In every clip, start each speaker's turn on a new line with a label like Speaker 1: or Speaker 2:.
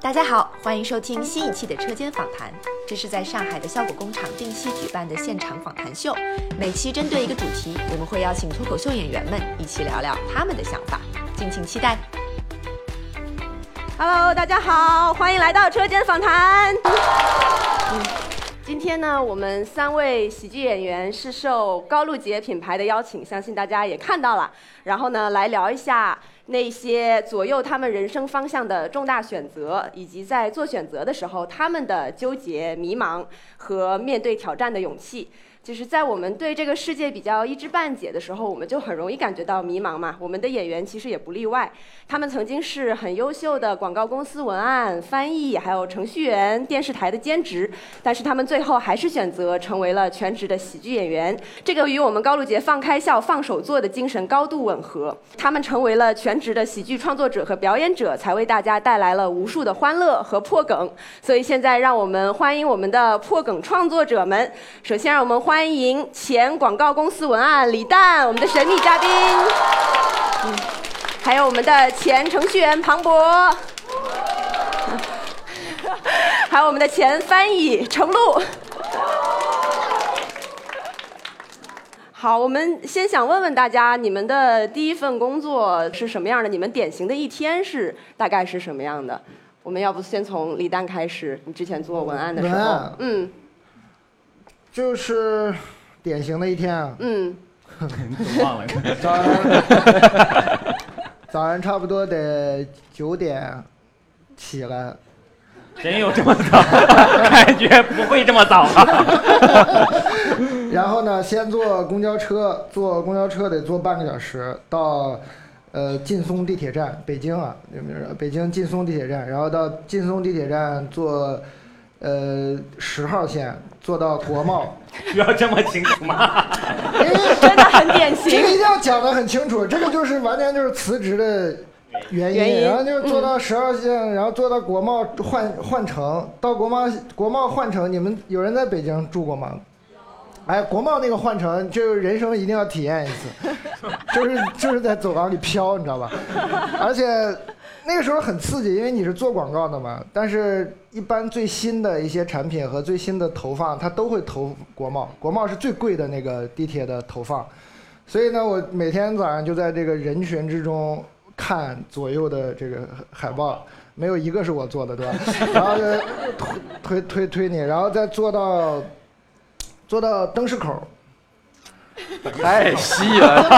Speaker 1: 大家好，欢迎收听新一期的车间访谈，这是在上海的效果工厂定期举办的现场访谈秀。每期针对一个主题，我们会邀请脱口秀演员们一起聊聊他们的想法，敬请期待。
Speaker 2: Hello，大家好，欢迎来到车间访谈。嗯今天呢，我们三位喜剧演员是受高露洁品牌的邀请，相信大家也看到了。然后呢，来聊一下那些左右他们人生方向的重大选择，以及在做选择的时候他们的纠结、迷茫和面对挑战的勇气。就是在我们对这个世界比较一知半解的时候，我们就很容易感觉到迷茫嘛。我们的演员其实也不例外，他们曾经是很优秀的广告公司文案、翻译，还有程序员、电视台的兼职，但是他们最后还是选择成为了全职的喜剧演员。这个与我们高露洁放开笑、放手做的精神高度吻合。他们成为了全职的喜剧创作者和表演者，才为大家带来了无数的欢乐和破梗。所以现在让我们欢迎我们的破梗创作者们。首先，让我们欢。欢迎前广告公司文案李诞，我们的神秘嘉宾，嗯，还有我们的前程序员庞博， 还有我们的前翻译程璐。好，我们先想问问大家，你们的第一份工作是什么样的？你们典型的一天是大概是什么样的？我们要不先从李诞开始？你之前做文案的时
Speaker 3: 文
Speaker 2: 候
Speaker 3: 案，
Speaker 2: 嗯
Speaker 3: 就是典型的一天啊，
Speaker 2: 嗯，
Speaker 4: 忘了，
Speaker 3: 早上早上差不多得九点起来，
Speaker 4: 真有这么早？ 感觉不会这么早啊吧？
Speaker 3: 然后呢，先坐公交车，坐公交车得坐半个小时到。呃，劲松地铁站，北京啊，有没有人？北京劲松地铁站，然后到劲松地铁站坐，呃，十号线坐到国贸，
Speaker 4: 需要这么清楚 吗？
Speaker 3: 因为
Speaker 2: 真的很典
Speaker 3: 这个一
Speaker 2: 型，
Speaker 3: 定要讲得很清楚，这个就是完全就是辞职的原因，
Speaker 2: 原因嗯
Speaker 3: 然后就是做到十二线，然后做到国贸换换城，到国贸国贸换城，你们有人在北京住过吗？哎，国贸那个换乘，就是人生一定要体验一次， 就是就是在走廊里飘，你知道吧？而且那个时候很刺激，因为你是做广告的嘛。但是，一般最新的一些产品和最新的投放，它都会投国贸，国贸是最贵的那个地铁的投放。所以呢，我每天早上就在这个人群之中看左右的这个海报，没有一个是我做的，对吧？ 然后就推推推推你，然后再坐到坐到灯市口，
Speaker 5: 太细了，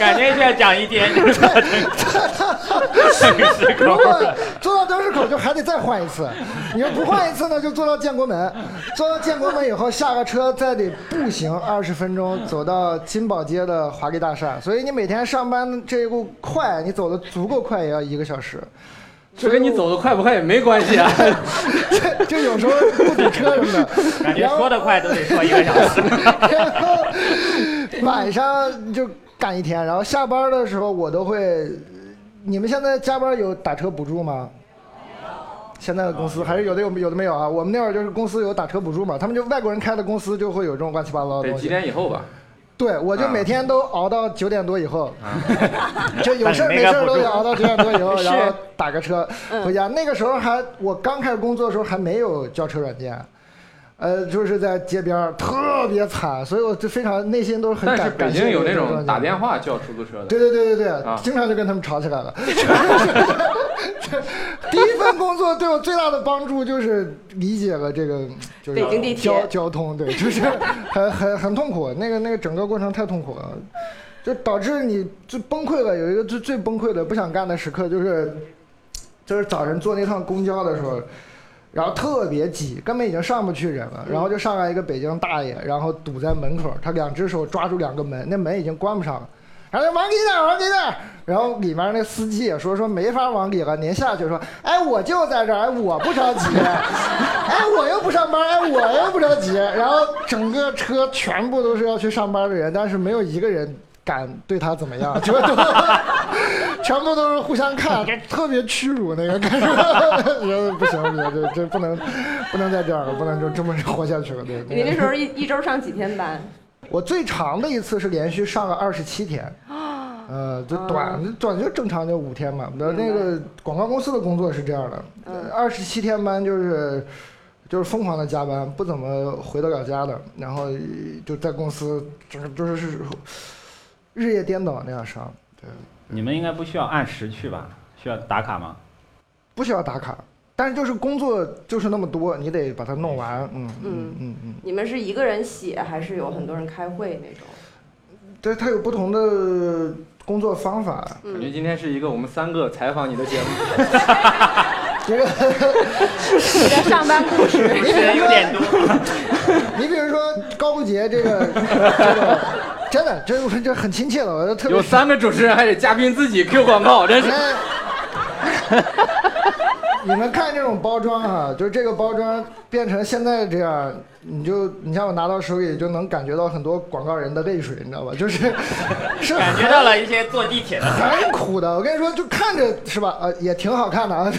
Speaker 4: 感觉就要讲一天，就是说这个时
Speaker 3: 如
Speaker 4: 候
Speaker 3: 果坐到灯市口就还得再换一 次，你要不换一次呢，就坐到建国门，坐到建国门以后下个车再得步行二十分钟走到金宝街的华丽大厦，所以你每天上班这一步快，你走的足够快也要一个小时。
Speaker 5: 这跟你走的快不快也没关 系啊。
Speaker 3: 就就有时候不堵车什么的，
Speaker 4: 感觉
Speaker 3: 然后
Speaker 4: 说得快都得说一个小时。
Speaker 3: 然后 晚上就干一天，然后下班的时候我都会。你们现在加班有打车补助吗？现在的公司还是有的有有的没有啊？我们那会儿就是公司有打车补助嘛，他们就外国人开的公司就会有这种乱七八糟的
Speaker 5: 得
Speaker 3: 东
Speaker 5: 几
Speaker 3: 西。
Speaker 5: 点以后吧？
Speaker 3: 对，我就
Speaker 5: 啊
Speaker 3: 每天都熬到九点多以后， 就有
Speaker 4: 但
Speaker 3: 事
Speaker 4: 是
Speaker 3: 儿
Speaker 4: 没
Speaker 3: 没事
Speaker 4: 干
Speaker 3: 儿
Speaker 4: 不
Speaker 3: 都
Speaker 4: 住
Speaker 3: 得熬到九点多以后，
Speaker 2: 是
Speaker 3: 然后打个车
Speaker 5: 嗯
Speaker 3: 回家。那个时候还我刚开始工作的时候还没有叫车软件，呃，就是在街边儿特别惨，所以我就非常内心都是很
Speaker 5: 但
Speaker 3: 感
Speaker 5: 是北京有那种
Speaker 3: 感谢这
Speaker 5: 打电。
Speaker 3: 个软件
Speaker 5: 话叫出租车的，
Speaker 3: 对对对对对，
Speaker 5: 啊
Speaker 3: 经常就跟他们吵起来了。 第一份工作对我最大的帮助就是理解了这个，就是
Speaker 2: 北京地铁
Speaker 3: 交交通，对，就是很很很痛苦，那个那个整个过程太痛苦了，就导致你最崩溃了。有一个最最崩溃的不想干的时刻就是，就是早晨坐那趟公交的时候。然后特别挤，根本已经上不去人了。然后就上来一个北京大爷，然后堵在门口，他两只手抓住两个门，那门已经关不上了。然后就往里点儿，往里点儿。然后里面那司机也说说没法往里了，您下去说，哎，我就在这儿，哎，我不着急，哎，我又不上班，哎，我又不着急。然后整个车全部都是要去上班的人，但是没有一个人敢对他怎么样，就都全部都是互相看，这特别屈辱那个感觉。 觉得不行不行，这这不能不能再这样了，不能就这么活下去了。对，
Speaker 2: 你那时候一一周上几天班？
Speaker 3: 我最长的一次是连续上了二十七天啊，呃，就短、短就正常就五天嘛。那那个广告公司的工作是这样
Speaker 2: 嗯
Speaker 3: 的，二十七天班就是就是疯狂的加班，不怎么回得了家的，然后就在公司就是就是是日夜颠倒那样上，对，
Speaker 4: 你们应该不需要按时去吧？需要打卡吗？
Speaker 3: 不需要打卡，但是就是工作就是那么多，你得把它弄完，嗯嗯嗯嗯，
Speaker 2: 你们是一个人写，还是有很多人开会那种？
Speaker 3: 对，它有不同的工作方法，
Speaker 5: 感觉今天是一个我们三个采访你的节 目，
Speaker 3: 这个。
Speaker 2: 你的上班故事，
Speaker 4: 主持人有点多，
Speaker 3: 你比如说高露洁这个，这个真的，这个这很亲切的，我就特别
Speaker 5: 有三个主持人还得嘉宾自己 Q 广告，真是。
Speaker 3: 哎 你们看这种包装哈、就是这个包装变成现在这样，你就你像我拿到手里就能感觉到很多广告人的泪水，你知道吧？就是 是
Speaker 4: 感觉到了一些坐地铁的。
Speaker 3: 很苦的。我跟你说，就看着是吧？呃，也挺好看的啊，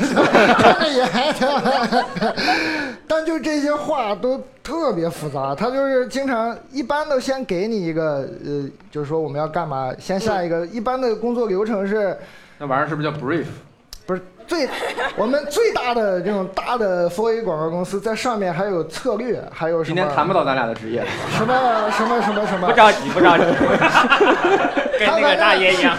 Speaker 3: 看着也 还挺好看。但就这些话都特别复杂，他就是经常一般都先给你一个呃，就是说我们要干嘛，先下一个。
Speaker 4: 嗯
Speaker 3: 一般的工作流程是。
Speaker 5: 那玩意儿是不是叫 brief？
Speaker 3: 不是最，我们最大的这种大的 4A 广告公司在上面还有策略，还有什
Speaker 5: 今
Speaker 3: 么啊
Speaker 5: 天谈不到咱俩的职业，
Speaker 3: 什么什么什么什么
Speaker 4: 不，着急，不着急， 跟那个大爷一样。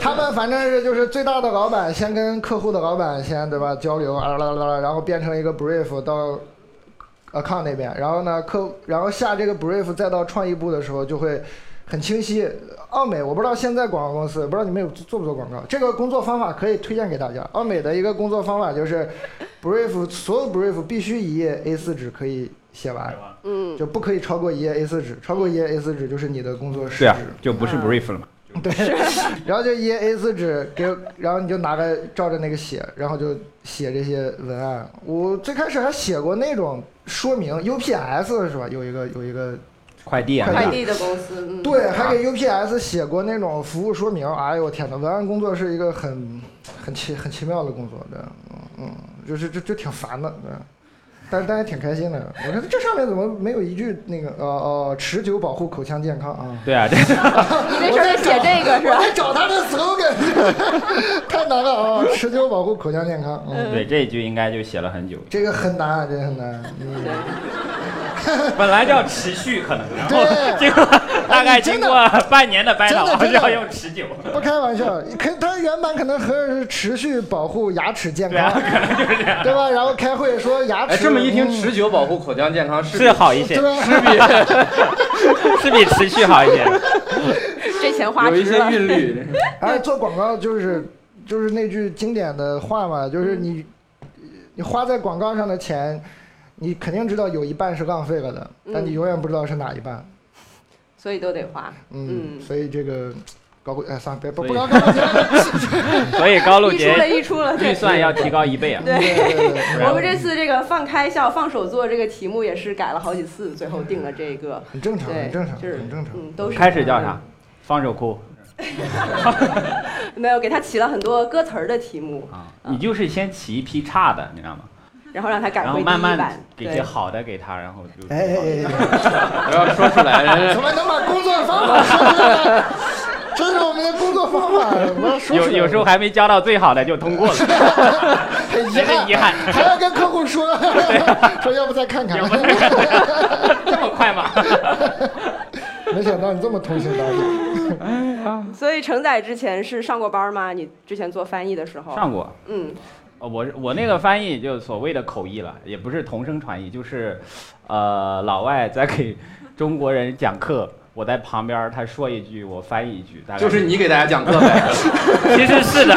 Speaker 3: 他们反正是就是最大的老板先跟客户的老板先对吧交流啊啦啦啦啦，然后变成一个 brief 到 account 那边，然后呢客然后下这个 brief 再到创意部的时候就会很清晰。奥美我不知道现在广告公司，不知道你们有做不做广告，这个工作方法可以推荐给大家。奥美的一个工作方法就是 brief 所有 brief 必须一页 A4 纸可以写完。
Speaker 2: 嗯，
Speaker 3: 就不可以超过一页 A4 纸，超过一页 A4 纸就是你的工作室
Speaker 4: 对啊
Speaker 3: 纸。，
Speaker 4: 就 不是 brief 了嘛。
Speaker 3: 然后就一页 A4 纸给，然后你就拿个照着那个写，然后就写这些文案。我最开始还写过那种说明 UPS 是吧？有一个有一个，
Speaker 4: 快递啊，
Speaker 3: 快
Speaker 2: 快递的公司，嗯，
Speaker 3: 对，还给 UPS 写过那种服务说明。哎呦我天哪，文案工作是一个很很奇很奇妙的工作，对，嗯嗯，就是就就挺烦的，对。但但也挺开心的，我看这上面怎么没有一句那个呃呃持久保护口腔健康啊？
Speaker 4: 对啊，这
Speaker 2: 你那时候就写这个是吧？
Speaker 3: 我在找他的 slogan，太 难了啊！持久保护口腔健康，嗯，
Speaker 4: 对这一句应该就写了很久，
Speaker 3: 这个很难，啊这个很难，嗯，
Speaker 4: 本来叫持续可能，然后
Speaker 3: 对
Speaker 4: 结果大概经过半年的掰
Speaker 3: 真
Speaker 4: 倒，
Speaker 3: 的真的
Speaker 4: 要用持久。
Speaker 3: 不开玩笑，可他原版可能合着是持续保护牙齿健
Speaker 4: 对啊，
Speaker 3: 康，
Speaker 4: 可能就是这样。
Speaker 3: 对吧？然后开会说牙齿，
Speaker 5: 哎，这么一听，
Speaker 3: 嗯
Speaker 5: 持久保护口腔健康是
Speaker 4: 是好一些
Speaker 3: 对，吧？
Speaker 5: 是比
Speaker 4: 是比持续好一些。
Speaker 2: 这钱花
Speaker 5: 有一
Speaker 2: 值
Speaker 5: 些
Speaker 2: 了。
Speaker 5: 韵律。
Speaker 3: 而且哎做广告就是就是那句经典的话嘛，就是你你花在广告上的钱，你肯定知道有一半是浪费了的，但你永远不知道是哪一半。
Speaker 2: 所以都得花。
Speaker 3: 嗯，
Speaker 2: 嗯
Speaker 3: 所以这个嗯高贵哎，算了，别不不
Speaker 4: 所以
Speaker 3: 高高贵了。
Speaker 4: 所以高露
Speaker 2: 溢出了，
Speaker 4: 洁
Speaker 2: 溢出了。
Speaker 4: 预
Speaker 2: 对，
Speaker 4: 算要提高一倍啊。
Speaker 2: 对
Speaker 3: 对对对
Speaker 2: 我们这次这个放开笑、放手做这个题目也是改了好几次，最后定了这个。
Speaker 3: 很正常，
Speaker 2: 对，
Speaker 3: 很正常，
Speaker 2: 就是
Speaker 3: 很正常。
Speaker 2: 嗯，都是
Speaker 4: 开始叫啥？？放手哭
Speaker 2: 嗯没有，给他起了很多歌词儿的题目，
Speaker 4: 啊！你就是先起一批差的，你知道吗？
Speaker 2: 然后让他改回
Speaker 4: 然后
Speaker 2: 第一
Speaker 4: 慢慢
Speaker 2: 版。
Speaker 4: 给些
Speaker 2: 对，
Speaker 4: 好的给他，然后就
Speaker 3: 哎哎哎哎
Speaker 5: 不要说出来，
Speaker 3: 哎，
Speaker 5: 人
Speaker 3: 怎 么能把工作方法说出来？这是我们的工作方法，我要说出
Speaker 4: 有
Speaker 3: 来
Speaker 4: 有时候还没交到最好的就通过了，
Speaker 3: 很遗
Speaker 4: 真是
Speaker 3: 憾，
Speaker 4: 遗憾。
Speaker 3: 还要跟客户说，说要不再看看。
Speaker 4: 这么 快吗？
Speaker 3: 没想到你这么通情达理。
Speaker 2: 所以承载之前是上过班吗？你之前做翻译的时候？
Speaker 4: 上过，
Speaker 2: 嗯，
Speaker 4: 呃我我那个翻译就所谓的口译了，也不是同声传译，就是，呃，老外在给中国人讲课，我在旁边儿他说一句，我翻译一句，大概
Speaker 5: 就是你给大家讲课呗。
Speaker 4: 其实是的，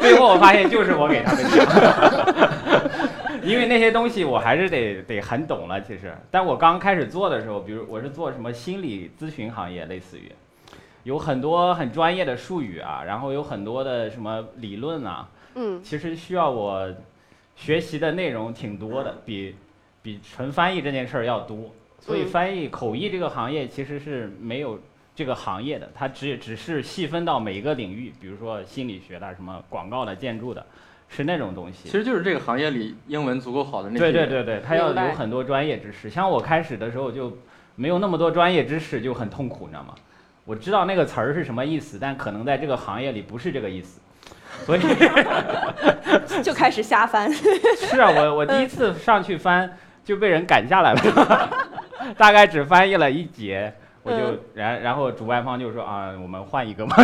Speaker 4: 最后我发现就是我给他们讲，因为那些东西我还是得得很懂了。其实，但我刚开始做的时候，比如我是做什么心理咨询行业，类似于有很多很专业的术语啊，然后有很多的什么理论啊，
Speaker 2: 嗯，
Speaker 4: 其实需要我学习的内容挺多的，比比纯翻译这件事儿要多。所以
Speaker 2: 嗯
Speaker 4: 翻译口译这个行业其实是没有这个行业的，它只只是细分到每一个领域，比如说心理学的、什么广告的、建筑的，是那种东西
Speaker 5: 其。实就是这个行业里英文足够好的那些
Speaker 4: 对
Speaker 5: 人
Speaker 4: 对，对对，它要
Speaker 2: 明白
Speaker 4: 有很多专业知识。像我开始的时候就没有那么多专业知识，就很痛苦，你知道吗？我知道那个词儿是什么意思，但可能在这个行业里不是这个意思。所以
Speaker 2: 嗯就开始瞎翻。
Speaker 4: 是啊，我我第一次上去翻就被人赶下来了， 大概只翻译了一节，我就
Speaker 2: 嗯
Speaker 4: 然然后主办方就说啊，我们换一个 嘛，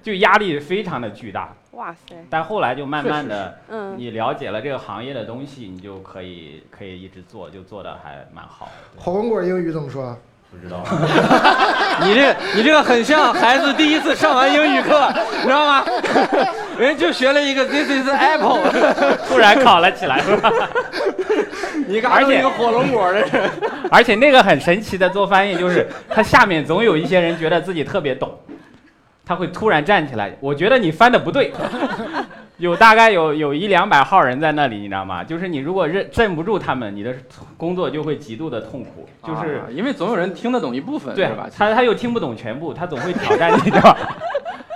Speaker 4: 就压力非常的巨大。
Speaker 2: 哇塞，
Speaker 4: 但后来就慢慢的。
Speaker 2: 嗯，
Speaker 4: 你了解了这个行业的东西，你就可以可以一直做，就做的还蛮好。对
Speaker 3: 火龙果英语怎么说？
Speaker 4: 不知道，
Speaker 5: 你这你这个很像孩子第一次上完英语课，你知道吗？人哎家就学了一个 This is apple，
Speaker 4: 突然考了起来，是吧？
Speaker 5: 你嘎成一个火龙果这是。
Speaker 4: 而且那个很神奇的做翻译，就是他下面总有一些人觉得自己特别懂，他会突然站起来，我觉得你翻的不对。有大概有有一两百号人在那里，你知道吗？就是你如果认镇不住他们，你的工作就会极度的痛苦，就是
Speaker 5: 啊因为总有人听得懂一部分，
Speaker 4: 对
Speaker 5: 是吧？
Speaker 4: 他他又听不懂全部，他总会挑战你，对 吧？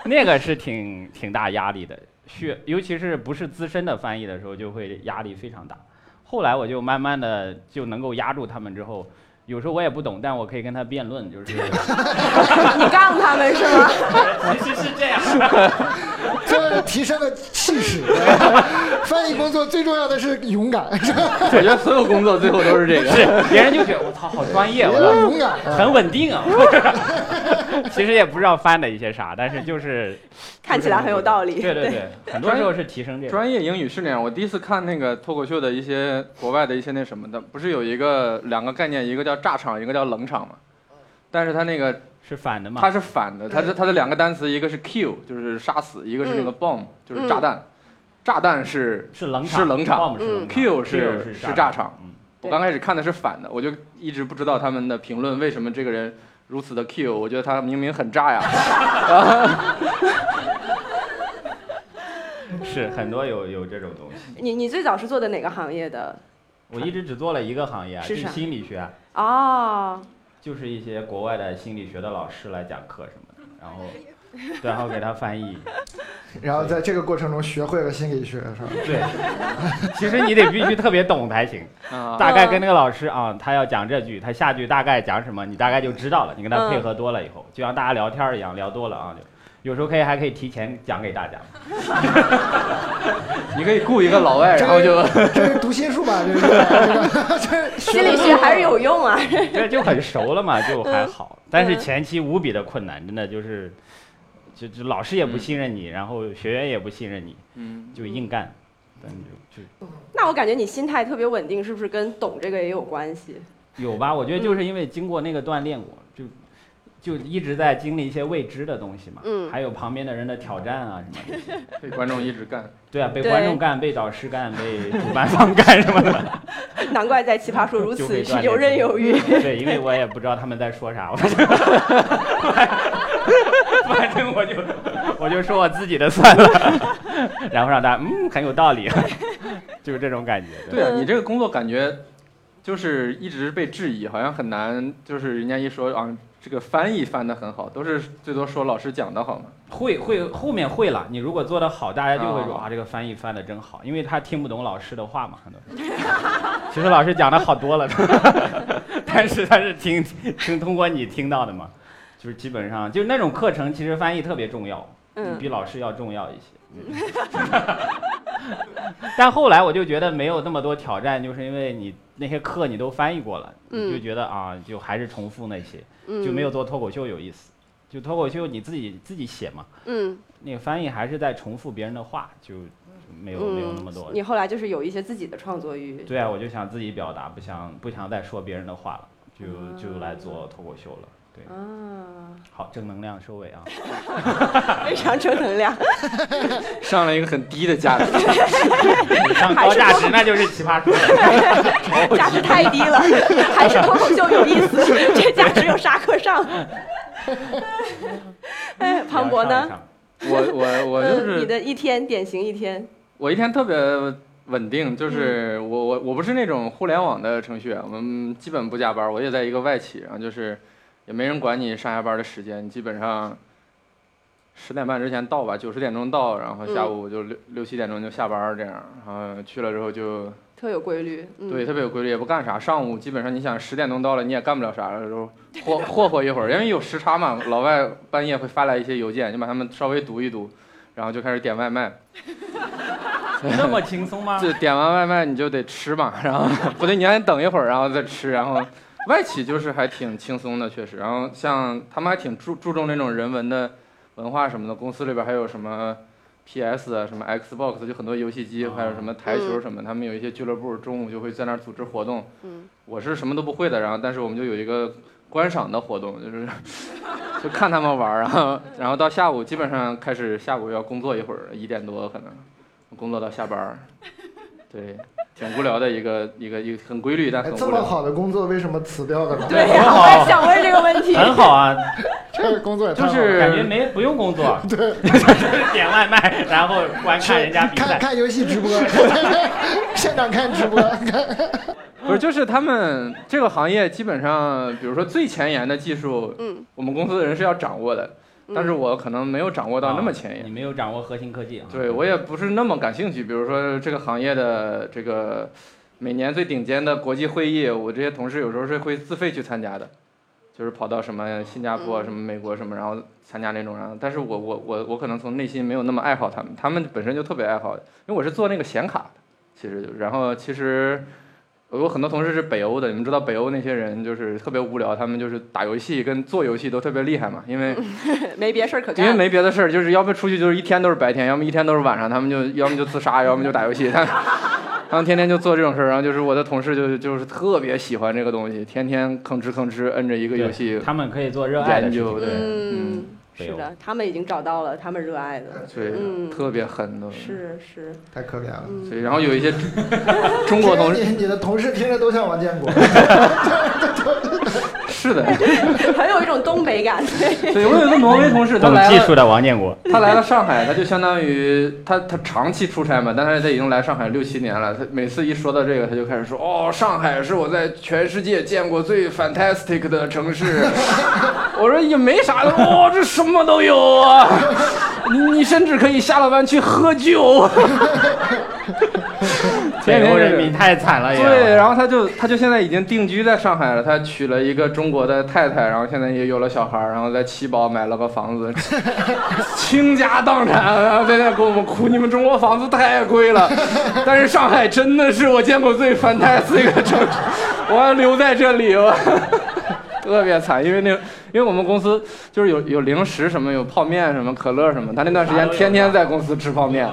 Speaker 4: 那个是挺挺大压力的，学尤其是不是资深的翻译的时候，就会压力非常大。后来我就慢慢的就能够压住他们之后，有时候我也不懂，但我可以跟他辩论，就是
Speaker 2: 你杠他们是吗？
Speaker 4: 其实是这样。
Speaker 3: 这提升了气势。翻译工作最重要的是勇敢，
Speaker 5: 我觉得所有工作最后都是这个。
Speaker 4: 是，别人就觉得我操，好专业，我
Speaker 3: 要
Speaker 4: 操
Speaker 3: 勇敢。
Speaker 4: 很稳定啊。 其实也不知道翻了一些啥，但是就是
Speaker 2: 看起来很有道理。
Speaker 4: 对对对，很多时候是提升这个。
Speaker 5: 专业英语是那样，我第一次看那个脱口秀的一些国外的一些那什么的，不是有一个两个概念，一个叫炸场，一个叫冷场嘛。但是它那个
Speaker 4: 是反的嘛？
Speaker 5: 它是反的，它是它的两个单词，一个是 kill 就是杀死，一个是那个 bomb 就是炸弹，炸弹是
Speaker 4: 是冷场，
Speaker 5: 是冷场
Speaker 4: ，bomb 是冷场
Speaker 2: 嗯
Speaker 5: Q
Speaker 4: 是
Speaker 5: 是
Speaker 4: 炸
Speaker 5: 是炸场。
Speaker 4: 嗯
Speaker 5: 我刚开始看的是反的，我就一直不知道他们的评论为什么这个人如此的 Q，我觉得他明明很炸 呀。
Speaker 4: 是很多有有这种东西。
Speaker 2: 你你最早是做的哪个行业的？
Speaker 4: 我一直只做了一个行业啊，
Speaker 2: 是
Speaker 4: 就是
Speaker 2: 啥
Speaker 4: 心理学啊，
Speaker 2: 哦，
Speaker 4: 就是一些国外的心理学的老师来讲课什么的，然后，对然后给他翻译。
Speaker 3: 然后在这个过程中学会了心理学，是吧？
Speaker 4: 对， 其实你得必须特别懂才行，
Speaker 2: 哦
Speaker 5: 啊，
Speaker 4: 大概跟那个老师啊，他要讲这句，他下句大概讲什么，你大概就知道了。你跟他
Speaker 2: 嗯
Speaker 4: 配合多了以后，就像大家聊天儿一样，聊多了啊，就有时候可以还可以提前讲给大家。
Speaker 5: 你可以雇一个老外，然后就
Speaker 3: 这是读心术吧？这是这个这是
Speaker 2: 心理学还是有用啊。
Speaker 4: 这就很熟了嘛，
Speaker 2: 嗯
Speaker 4: 就还好。但是前期无比的困难，真的就是，就就老师也
Speaker 2: 嗯
Speaker 4: 不信任你，然后学员也不信任你，
Speaker 5: 嗯，
Speaker 4: 就硬干。但就就
Speaker 2: 那我感觉你心态特别稳定，是不是跟懂这个也有关系？
Speaker 4: 有吧？我觉得
Speaker 2: 嗯
Speaker 4: 就是因为经过那个锻炼过，就就一直在经历一些未知的东西嘛，
Speaker 2: 嗯
Speaker 4: 还有旁边的人的挑战啊什么的。
Speaker 5: 被观众一直干。
Speaker 4: 对啊，被
Speaker 2: 对
Speaker 4: 观众干，被导师干，被主办方干什么的。
Speaker 2: 难怪在《奇葩说》如
Speaker 4: 就
Speaker 2: 此
Speaker 4: 会锻炼
Speaker 2: 游刃有余。
Speaker 4: 对，因为我也不知道他们在说啥，我就反正我就我就说我自己的算了，然后让大家嗯很有道理，就是这种感觉。
Speaker 5: 对啊，你这个工作感觉就是一直被质疑，好像很难，就是人家一说啊，这个翻译翻得很好，都是最多说老师讲的好嘛。
Speaker 4: 会会后面会了，你如果做得好，大家就会说啊
Speaker 5: 哦
Speaker 4: 这个翻译翻得真好，因为他听不懂老师的话嘛，很多时 候。其实老师讲的好多了， 但是他是听听通过你听到的嘛，就是基本上就是那种课程，其实翻译特别重要。嗯，
Speaker 2: 嗯
Speaker 4: 比老师要重要一些。嗯 但后来我就觉得没有那么多挑战，就是因为你那些课你都翻译过了，你就
Speaker 2: 嗯
Speaker 4: 觉得啊，就还是重复那些，
Speaker 2: 嗯，
Speaker 4: 就没有做脱口秀有意思。就脱口秀你自己自己写嘛，
Speaker 2: 嗯
Speaker 4: 那个翻译还是在重复别人的话，就就没有、没有那么多
Speaker 2: 嗯。。你后来就是有一些自己的创作欲。
Speaker 4: 对啊，我就想自己表达，不想不想再说别人的话了，就就来做脱口秀了。对，
Speaker 2: 啊，
Speaker 4: 好，正能量收 尾啊。
Speaker 2: 非常正能量。
Speaker 5: 上了一个很低的价值，
Speaker 4: 你上高价值那就是奇葩说了。
Speaker 2: 价值太低 了，还是脱口秀有意思，这价值有啥可上？ 哎，庞博
Speaker 4: 上一
Speaker 2: 呢？
Speaker 4: 上？
Speaker 5: 我我我就
Speaker 2: 嗯，
Speaker 5: 是
Speaker 2: 你的一天典型一天，
Speaker 5: 我一天特别稳定，就是
Speaker 2: 嗯
Speaker 5: 我我我不是那种互联网的程序员，我们基本不加班，我也在一个外企，然后就是也没人管你上下班的时间，你基本上十点半之前到吧，九十点钟到，然后下
Speaker 2: 嗯
Speaker 5: 午就六六七点钟就下班儿这样，然后去了之后就
Speaker 2: 特有规律。嗯、
Speaker 5: 对，特别有规律，也不干啥。上午基本上你想十点钟到了，你也干不了啥了，然后霍霍霍一会儿，因为有时差嘛，老外半夜会发来一些邮件，你把他们稍微读一读，然后就开始点外卖。
Speaker 4: 那么轻松吗？
Speaker 5: 就点完外卖你就得吃嘛， 然后不对，你还得等一会儿，然后再吃。然后外企就是还挺轻松的，确实。然后像他们还挺注注重那种人文的文化什么的，公司里边还有什么 PS 啊、什么 Xbox，就很多游戏机，还有什么台球什么，他们有一些俱乐部中午就会在那儿组织活动。
Speaker 2: 嗯，
Speaker 5: 我是什么都不会的，然后但是我们就有一个观赏的活动，就是就看他们玩儿，然后然后到下午基本上开始下午要工作一会儿，一点多可能。工作到下班儿，对，挺无聊的一个一个一个很规律，但
Speaker 3: 哎
Speaker 5: 很，
Speaker 3: 这
Speaker 5: 无
Speaker 3: 么
Speaker 5: 聊。
Speaker 3: 好的工作为什么辞掉了呢？
Speaker 2: 对呀、
Speaker 4: 很好
Speaker 2: 我也想问这个 问题。
Speaker 4: 很好啊，
Speaker 3: 这个工作也太
Speaker 5: 就
Speaker 3: 好了
Speaker 4: 感觉
Speaker 5: 是
Speaker 4: 没不用工作， 对，就是点外卖，然后观看人家比
Speaker 3: 看
Speaker 4: 赛。
Speaker 3: 看游戏直播，现场看直播，
Speaker 5: 不是就是他们这个行业基本上，比如说最前沿的技术，
Speaker 2: 嗯，
Speaker 5: 我们公司的人是要掌握的，但是我可能没有掌握到那么前
Speaker 4: 啊
Speaker 5: 沿。
Speaker 4: 你没有掌握核心科技啊？
Speaker 5: 对我也不是那么感兴趣。比如说这个行业的这个每年最顶尖的国际会议，我这些同事有时候是会自费去参加的，就是跑到什么新加坡、啊
Speaker 2: 嗯
Speaker 5: 什么美国什么，然后参加那种。然后，但是我我我我可能从内心没有那么爱好他们，他们本身就特别爱好，因为我是做那个显卡的，其实就是。然后其实。我有很多同事是北欧的，你们知道北欧那些人就是特别无聊，他们就是打游戏跟做游戏都特别厉害嘛，因为
Speaker 2: 没别事儿可
Speaker 5: 因为
Speaker 2: 干。
Speaker 5: 没别的事儿，就是要不出去就是一天都是白天，要么一天都是晚上，他们就要么就自杀，要么就打游戏， 他们他们天天就做这种事儿。然后就是我的同事就就是特别喜欢这个东西，天天吭哧吭哧摁着一个
Speaker 4: 对
Speaker 5: 游戏
Speaker 4: 他们可以做热爱的
Speaker 5: 研
Speaker 4: 事
Speaker 5: 究，
Speaker 4: 情。
Speaker 5: 对，嗯，
Speaker 2: 嗯，是的，他们已经找到了他们热爱的。
Speaker 5: 对，
Speaker 2: 嗯
Speaker 5: 特别狠的。
Speaker 2: 是是，
Speaker 3: 太可怜了。
Speaker 5: 所以然后有一些 中国同
Speaker 3: 听
Speaker 5: 事
Speaker 3: 着你你的同事听着都像王建国，
Speaker 5: 是的，
Speaker 2: 很有一种东北 感。对，
Speaker 5: 对我有一个挪威同事，他
Speaker 4: 懂
Speaker 5: 来
Speaker 4: 技
Speaker 5: 了
Speaker 4: 术的王建国，
Speaker 5: 他来了上海，他就相当于他他长期出差嘛，但是他已经来上海六七年了。他每次一说到这个，他就开始说：“哦，上海是我在全世界见过最 fantastic 的城市。” 我说也没啥的，哦，这什么都有啊！你你甚至可以下了班去喝酒。天
Speaker 4: 北
Speaker 5: 天
Speaker 4: 欧
Speaker 5: 就是
Speaker 4: 人民太惨了也。
Speaker 5: 对，然后他就他就现在已经定居在上海了，他娶了一个中国的太太，然后现在也有了小孩儿，然后在七宝买了个房子， 倾家荡产，然后在那给我们哭，你们中国房子太贵了，但是上海真的是我见过最 fantastic 的城市，我要留在这里，我 特别惨，因为那因为我们公司就是有有零食什么，有泡面什么，可乐什么，他那段时间天天在公司吃泡面。
Speaker 4: 哇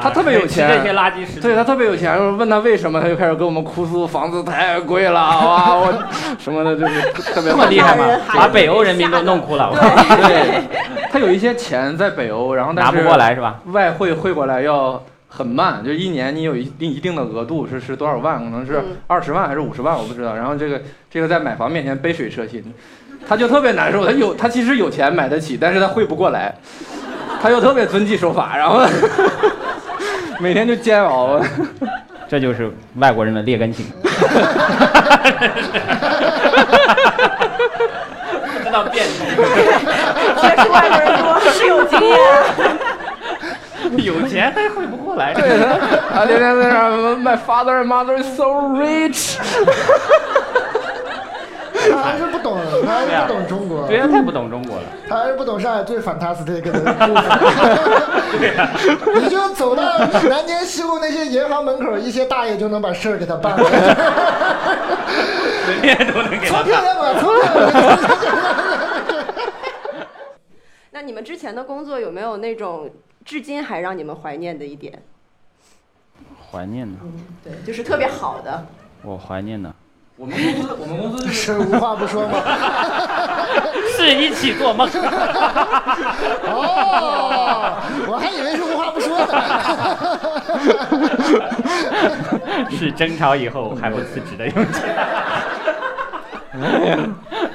Speaker 5: 他特别有钱
Speaker 4: 吃这些垃圾食品。
Speaker 5: 对他特别有钱，然后问他为什么，他就开始跟我们哭诉房子太贵了，哇，我什么的，就是特别
Speaker 4: 这么厉害
Speaker 2: 人
Speaker 4: 吗？
Speaker 2: 还
Speaker 4: 把
Speaker 2: 是
Speaker 4: 北欧人民都弄哭了，我
Speaker 5: 对，他有一些钱在北欧，然后但
Speaker 4: 拿
Speaker 5: 是
Speaker 4: 不过，来是吧？
Speaker 5: 外汇汇过来要很慢，就一年你有一定一定的额度是是多少万，可能是
Speaker 2: 嗯
Speaker 5: 二十万还是五十万，我不知道。然后这个这个在买房面前杯水车薪，他就特别难受。他有他其实有钱买得起，但是他汇不过来，他又特别遵纪守法，然后 每天就煎熬。
Speaker 4: 这就是外国人的劣根 性。不知道变
Speaker 2: 接触外国人 多是有经验。
Speaker 4: 有钱还汇不过来。
Speaker 5: 对的，他天天在那儿 My father and mother is so rich。
Speaker 3: 他还是不懂，他还是不懂中国，
Speaker 4: 对呀，太不懂中国了。
Speaker 3: 他还是不懂上海最 fantastic 的部分。你就走到南京西路那些银行门口，一些大爷就能把事儿给他办 了。
Speaker 4: 随便都能给
Speaker 3: 从
Speaker 4: 他
Speaker 3: 漂
Speaker 4: 看。
Speaker 3: 亮吧，从漂亮吧。
Speaker 2: 那你们之前的工作有没有那种至今还让你们怀念的一点？
Speaker 4: 怀念呢，
Speaker 2: 对，就是特别好的。
Speaker 4: 我怀念呢，
Speaker 5: 我们公司，我们公司就 是
Speaker 3: 是无话不说吗？
Speaker 4: 是一起做梦。
Speaker 3: 哦，我还以为是无话不说呢。
Speaker 4: 是争吵以后还不辞职的勇气。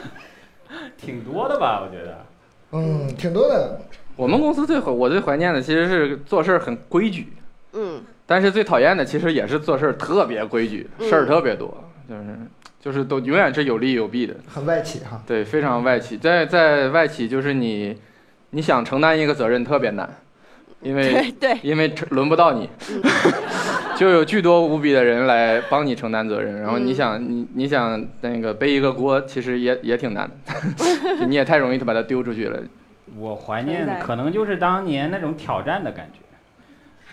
Speaker 4: 挺多的吧，我觉得。
Speaker 3: 嗯，挺多的。
Speaker 5: 我们公司最怀我最怀念的其实是做事儿很规矩，
Speaker 2: 嗯，
Speaker 5: 但是最讨厌的其实也是做事儿特别规矩，
Speaker 2: 嗯
Speaker 5: 事儿特别多，就是就是都永远是有利有弊的。
Speaker 3: 很外企哈。
Speaker 5: 对，非常外企，在在外企就是你你想承担一个责任特别难，因
Speaker 2: 对
Speaker 5: 为
Speaker 2: 对，
Speaker 5: 因为承轮不到你， 就有巨多无比的人来帮你承担责任。然后你想你你想那个背一个锅，其实也也挺难的， 你也太容易就把它丢出去了。
Speaker 4: 我怀念
Speaker 2: 存在
Speaker 4: 可能就是当年那种挑战的感觉，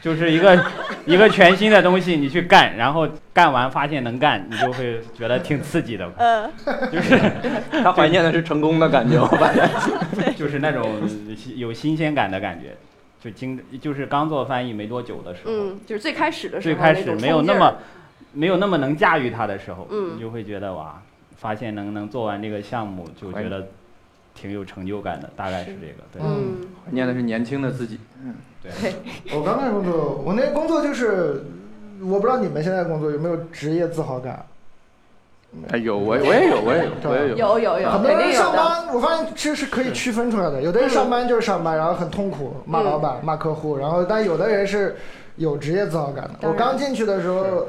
Speaker 4: 就是一个 一个全新的东西你去干，然后干完发现能干，你就会觉得挺刺激的吧，
Speaker 2: 呃，
Speaker 4: 就是
Speaker 5: 他怀念的是成功的感觉， 我发现。
Speaker 4: 就是那种有新鲜感的感觉。就经就是刚做翻译没多久的时候，
Speaker 2: 嗯，就是最开始的时候
Speaker 4: 最开
Speaker 2: 那
Speaker 4: 始
Speaker 2: 种
Speaker 4: 没有
Speaker 2: 冲劲
Speaker 4: 那
Speaker 2: 儿
Speaker 4: 么没有那么能驾驭它的时候，
Speaker 2: 嗯
Speaker 4: 你就会觉得哇，发现能能做完这个项目，就觉得挺有成就感的，大概是这个。对，
Speaker 2: 嗯
Speaker 5: 怀念的是年轻的自己。
Speaker 3: 我刚才工作，我那工作就是，我不知道你们现在工作有没有职业自豪感。
Speaker 5: 哎有我我也有我也有我也有。
Speaker 2: 有有有
Speaker 3: 很
Speaker 2: 哦肯
Speaker 3: 多
Speaker 2: 定
Speaker 3: 人
Speaker 2: 有
Speaker 3: 上
Speaker 2: 的，
Speaker 3: 班，我发现其实是可以区分出来的。有的人上班就是
Speaker 2: 嗯
Speaker 3: 上班，然后很痛苦，骂老板、骂客户，然后但有的人是有职业自豪感的。
Speaker 2: 当然
Speaker 3: 我刚进去的时候，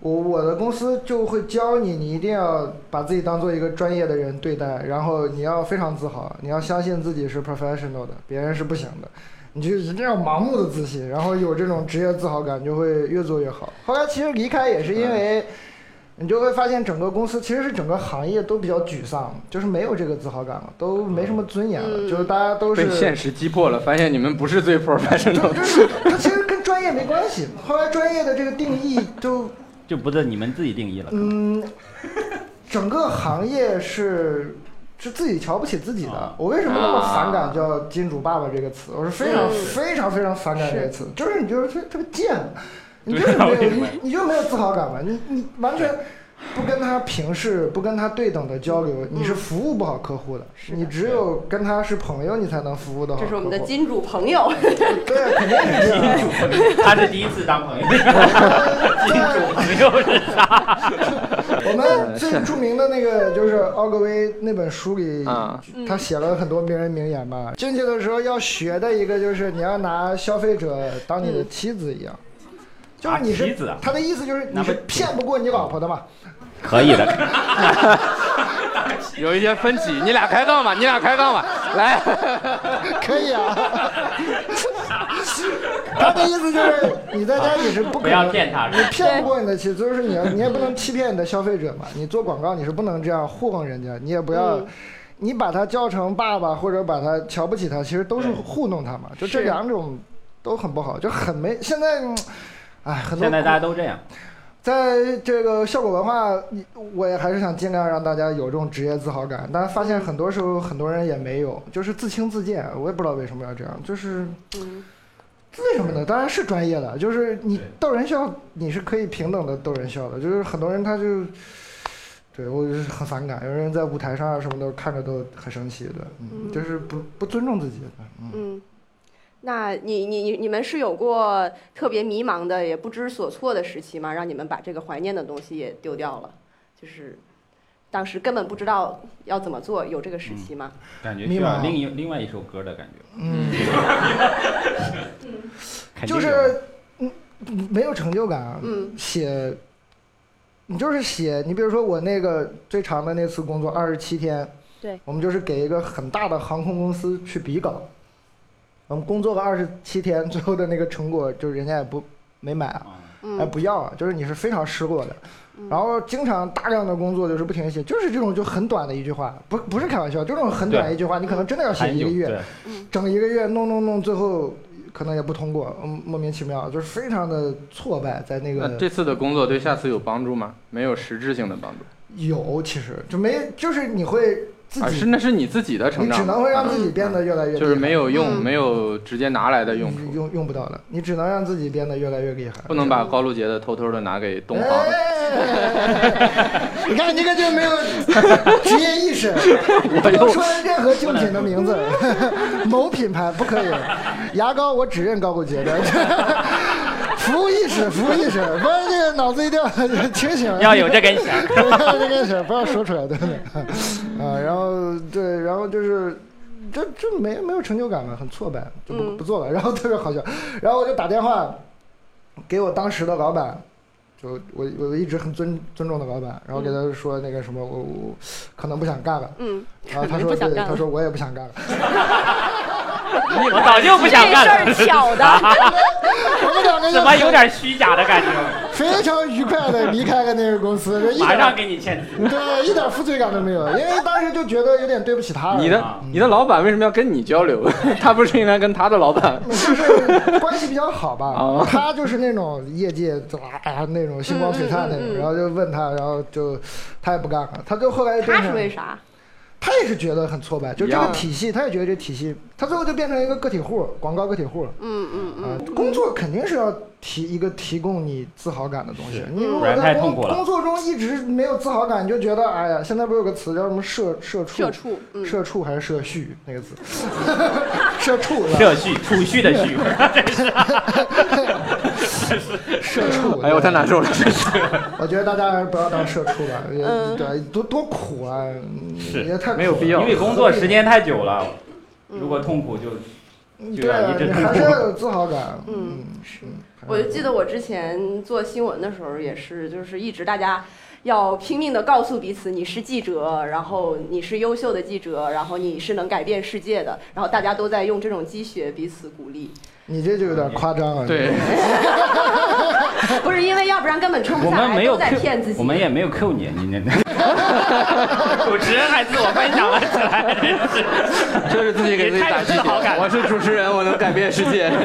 Speaker 3: 我我的公司就会教你，你一定要把自己当做一个专业的人对待，然后你要非常自豪，你要相信自己是 professional 的，别人是不行的。你就一定要盲目的自信，然后有这种职业自豪感，就会越做越好。后来其实离开也是因为，你就会发现整个公司其实是整个行业都比较沮丧，就是没有这个自豪感了，都没什么尊严了，
Speaker 2: 嗯
Speaker 3: 就是大家都是
Speaker 5: 被现实击破了，发现你们不是最 professional 的。
Speaker 3: 它 其实跟专业没关系。后来专业的这个定义就，
Speaker 4: 就不是你们自己定义了。
Speaker 3: 嗯，整个行业是是自己瞧不起自己的
Speaker 4: 啊。
Speaker 3: 我为什么那么反感
Speaker 5: 啊
Speaker 3: 叫“金主爸爸”这个词？我是非常
Speaker 2: 嗯
Speaker 3: 非常非常反感这个词，就是你就是特特别 贱，你就
Speaker 4: 对
Speaker 3: 是
Speaker 4: 啊
Speaker 3: 没
Speaker 4: 为
Speaker 3: 有
Speaker 4: 什么
Speaker 3: 你你就没有自豪感嘛，你你完全。不跟他平视，不跟他对等的交流，你是服务不好客户的。
Speaker 2: 嗯的
Speaker 3: 你只有跟他是朋友，你才能服务的好
Speaker 2: 这
Speaker 3: 客户。
Speaker 2: 是我们的金主朋友，
Speaker 3: 对，肯定是这样。
Speaker 4: 他是第一次当朋友，没有人
Speaker 3: 我们最著名的那个就是奥格威那本书里
Speaker 5: 啊，
Speaker 3: 他写了很多名人名言嘛。进去的时候要学的一个就是你要拿消费者当你的妻子一样，就是你
Speaker 4: 嗯啊
Speaker 3: 是
Speaker 4: 妻子啊
Speaker 3: 他的意思就是你
Speaker 4: 那不
Speaker 3: 是骗不过你老婆的嘛。
Speaker 4: 可以的。
Speaker 5: 有一些分歧，你俩开杠吧，你俩开杠吧， 来。
Speaker 3: 可以啊。他的意思就是你在家里是不可能
Speaker 4: 不要骗他
Speaker 3: 你骗不过你的妻子，就是你要你也不能欺骗你的消费者嘛。你做广告你是不能这样糊弄人家，你也不
Speaker 4: 嗯
Speaker 3: 要。你把他叫成爸爸，或者把他瞧不起他，其实都是糊弄他嘛。就这
Speaker 2: 是
Speaker 3: 两种都很不好，就很没。现在，嗯哎，很多
Speaker 4: 现在大家都这样，
Speaker 3: 在这个效果文化，我也还是想尽量让大家有这种职业自豪感，但发现很多时候很多人也没有，就是自轻自贱，我也不知道为什么要这样，就是
Speaker 2: 嗯，
Speaker 3: 为什么呢？当然是专业的，就是你
Speaker 4: 对
Speaker 3: 逗人笑，你是可以平等的逗人笑的，就是很多人他就，对我就是很反感，有人在舞台上啊什么的看着都很生气的，嗯，就是不不尊重自己的，嗯。
Speaker 2: 嗯，那你你你你们是有过特别迷茫的也不知所措的时期吗？让你们把这个怀念的东西也丢掉了，就是当时根本不知道要怎么做，有这个时期吗？
Speaker 4: 感觉
Speaker 3: 迷
Speaker 4: 需
Speaker 3: 茫
Speaker 4: 要另一另外一首歌的感觉。肯定
Speaker 3: 就
Speaker 4: 有
Speaker 3: 是嗯没有成就感啊。
Speaker 2: 嗯，
Speaker 3: 写你就是写，你比如说我那个最长的那次工作二十七天，
Speaker 2: 对，
Speaker 3: 我们就是给一个很大的航空公司去比稿，我们工作了二十七天，最后的那个成果就是人家也不没买啊。
Speaker 4: 啊
Speaker 3: 哎，
Speaker 2: 嗯
Speaker 3: 不要啊！就是你是非常失落的，然后经常大量的工作就是不停的写，就是这种就很短的一句话，不不是开玩笑，就这种很短的一句话，你可能真的要写
Speaker 4: 很
Speaker 3: 一
Speaker 4: 久
Speaker 3: 个月，
Speaker 4: 对，
Speaker 3: 整一个月弄弄弄，最后可能也不通过，嗯，莫名其妙，就是非常的挫败，在那
Speaker 5: 那
Speaker 3: 个
Speaker 5: 这次的工作呃对下次有帮助吗？没有实质性的帮助，
Speaker 3: 有其实就没，就是你会自
Speaker 5: 啊，是
Speaker 3: 己，
Speaker 5: 那是你自己的
Speaker 3: 你
Speaker 5: 成长，啊嗯
Speaker 3: 只能会让自己变得越来越厉害，
Speaker 5: 就是没有用，
Speaker 2: 嗯
Speaker 5: 没有直接拿来的用
Speaker 3: 用
Speaker 5: 处，
Speaker 3: 用用不到的，你只能让自己变得越来越厉害，
Speaker 5: 不能把高露洁的偷偷的拿给东方。
Speaker 3: 哎 你看这个就没有职业意识，不能说任何竞品的名字， 某品牌不可以。牙膏我只认高露洁的。 服务意识，服务意识，不然这个脑子一定要 清醒，
Speaker 4: 要有这根弦。
Speaker 3: 要有这个事，不要说出来，对不对？啊，然后对，然后就是。这这没没有成就感嘛，很挫败，就不
Speaker 2: 嗯
Speaker 3: 不做了。然后特别好笑，然后我就打电话给我当时的老板，就我我一直很尊尊重的老板，然后给他说那个什么，我我可能不想干了。
Speaker 2: 嗯，
Speaker 3: 然后他
Speaker 2: 可能
Speaker 3: 说
Speaker 2: 不想
Speaker 3: 对，
Speaker 2: 干了
Speaker 3: 他说我也不想干了。
Speaker 4: 我早就不想干了。
Speaker 2: 这事儿巧的
Speaker 3: 我们两个
Speaker 4: 怎么有
Speaker 3: 就
Speaker 4: 点虚假的感觉？
Speaker 3: 非常愉快的离开了那个公司，就一点
Speaker 4: 马上给你签字。
Speaker 3: 对一点负罪感都没有，因为当时就觉得有点对不起他了。
Speaker 5: 你的
Speaker 4: 啊
Speaker 5: 你的老板为什么要跟你交流？ 他不是应该跟他的老板？
Speaker 3: 就是关系比较好吧
Speaker 5: 哦，
Speaker 3: 他就是那种业界啊那种星光璀璨那
Speaker 2: 嗯
Speaker 3: 种，然后就问他，然后就他也不干了，他就后来就变
Speaker 2: 他是
Speaker 3: 成
Speaker 2: 为啥？
Speaker 3: 他也是觉得很挫败，就这
Speaker 5: 一
Speaker 3: 个
Speaker 5: 样
Speaker 3: 体系，他也觉得这体系，他最后就变成一个个体户，广告个体户了。
Speaker 2: 嗯嗯嗯，
Speaker 3: 啊，工作肯定是要提一个提供你自豪感的东西
Speaker 4: 是。
Speaker 3: 你如
Speaker 4: 不
Speaker 3: 果
Speaker 4: 然
Speaker 3: 在
Speaker 4: 太
Speaker 3: 工
Speaker 4: 痛苦了
Speaker 3: 工作中一直没有自豪感，你就觉得哎呀，现在不是有个词叫什么社社畜？
Speaker 2: 社畜，嗯，
Speaker 3: 社畜还是社畜那 个字？社畜是吧
Speaker 4: 这蓄储蓄的蓄，
Speaker 3: 社畜。
Speaker 5: 哎呦，太难受了， 真是。
Speaker 3: 我觉得大家还是不要当社畜了，也
Speaker 2: 嗯
Speaker 3: 对，多多苦啊，嗯
Speaker 4: 是
Speaker 3: 也太苦
Speaker 5: 没有
Speaker 3: 了
Speaker 5: 必要
Speaker 4: 因为工作时间太久了，如果痛苦就就
Speaker 3: 对
Speaker 4: 要
Speaker 3: 啊
Speaker 4: 一，直
Speaker 3: 你
Speaker 4: 痛
Speaker 3: 还
Speaker 4: 苦
Speaker 3: 是要有自豪感。
Speaker 2: 嗯
Speaker 3: 是。
Speaker 2: 我就记得我之前做新闻的时候也是，就是一直大家要拼命的告诉彼此你是记者，然后你是优秀的记者，然后你是能改变世界的，然后大家都在用这种积雪彼此鼓励，
Speaker 3: 你这就有点夸张了。
Speaker 5: 对，
Speaker 2: 不是因为要不然根本撑不
Speaker 4: 我
Speaker 2: 下
Speaker 4: 们
Speaker 2: 来，
Speaker 4: 没
Speaker 2: 都
Speaker 4: 有
Speaker 2: 在
Speaker 4: Q，
Speaker 2: 骗自己。
Speaker 4: 我们也没有 Q 你，你那主持人还自我分享了起来，真是
Speaker 5: 这是自己给自己打鸡
Speaker 4: 太有自豪感
Speaker 5: 血。
Speaker 4: 了
Speaker 5: 我是主持人，我能改变世界。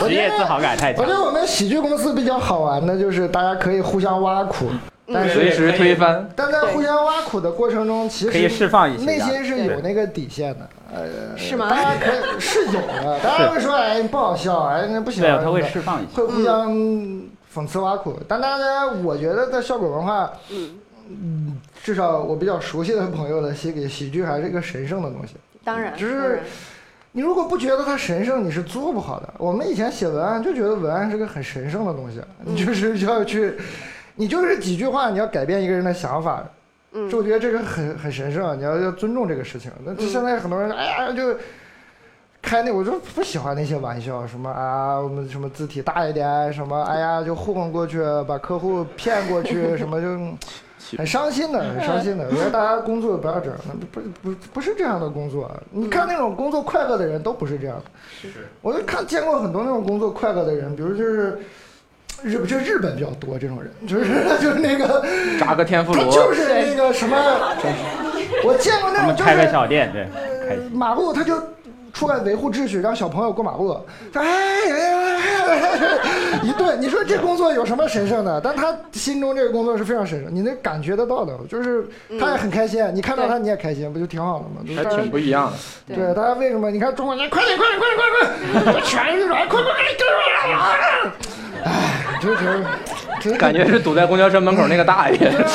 Speaker 4: 职业自豪感太
Speaker 3: 我
Speaker 4: 强
Speaker 3: 觉。得我们喜剧公司比较好玩的就是大家可以互相挖苦，
Speaker 4: 嗯
Speaker 3: 但是
Speaker 5: 随时推翻。
Speaker 3: 但在互相挖苦的过程中，其实
Speaker 4: 可以释放一些
Speaker 3: 内
Speaker 4: 压力
Speaker 3: 心是有那个底线的，呃，
Speaker 2: 是吗
Speaker 3: 大家可以是有的，大家会说，哎，你不好笑，哎，那不行
Speaker 4: 对
Speaker 3: 啊，
Speaker 4: 啊，他会
Speaker 3: 什么的
Speaker 4: 释嗯放一些。
Speaker 3: 会互相讽刺挖苦，但大家我觉得在效果文化，
Speaker 2: 嗯，
Speaker 3: 嗯，至少我比较熟悉的朋友的喜剧喜剧还是一个神圣的东西。
Speaker 2: 当然，
Speaker 3: 只是
Speaker 2: 当然
Speaker 3: 你如果不觉得它神圣，你是做不好的。我们以前写文案就觉得文案是个很神圣的东西，你就是要去，你就是几句话，你要改变一个人的想法。
Speaker 2: 嗯
Speaker 3: 就我觉得这个很很神圣，啊你要要尊重这个事情。那
Speaker 2: 嗯
Speaker 3: 现在很多人，哎呀，就开那，我就不喜欢那些玩笑，什么啊，我们什么字体大一点，什么哎呀，就糊弄过去，把客户骗 过去，什么就很伤心的，很伤心的。我觉得大家工作不要这样，不不不是这样的工作。啊
Speaker 2: 嗯
Speaker 3: 你看那种工作快乐的人都不是这样的。我就看见过很多那种工作快乐的人，比如就是。日本就日本比较多这种人，就是 就是那个
Speaker 5: 炸个天妇
Speaker 3: 他
Speaker 5: 罗，
Speaker 3: 就是那个什么，我见过
Speaker 4: 他
Speaker 3: 那种
Speaker 4: 们
Speaker 3: 就
Speaker 4: 开个
Speaker 3: 是
Speaker 4: 小店，对，开
Speaker 3: 呃
Speaker 4: 心。
Speaker 3: 马路，他就出来维护秩序，让小朋友过马路，说哎哎哎哎哎一顿。你说这工作有什么神圣的？但他心中这个工作是非常神圣，你能感觉得到的，就是他也很开心，你看到他你也开心，不就挺好的吗？就是
Speaker 5: 还
Speaker 3: 大家
Speaker 5: 挺不一样的。
Speaker 3: 对，大家为什么？你看中国人，快点，快点，快点，快点，快点，全是软，快快快，快快快！哎，这是，这
Speaker 5: 感觉是堵在公交车门口那个大爷。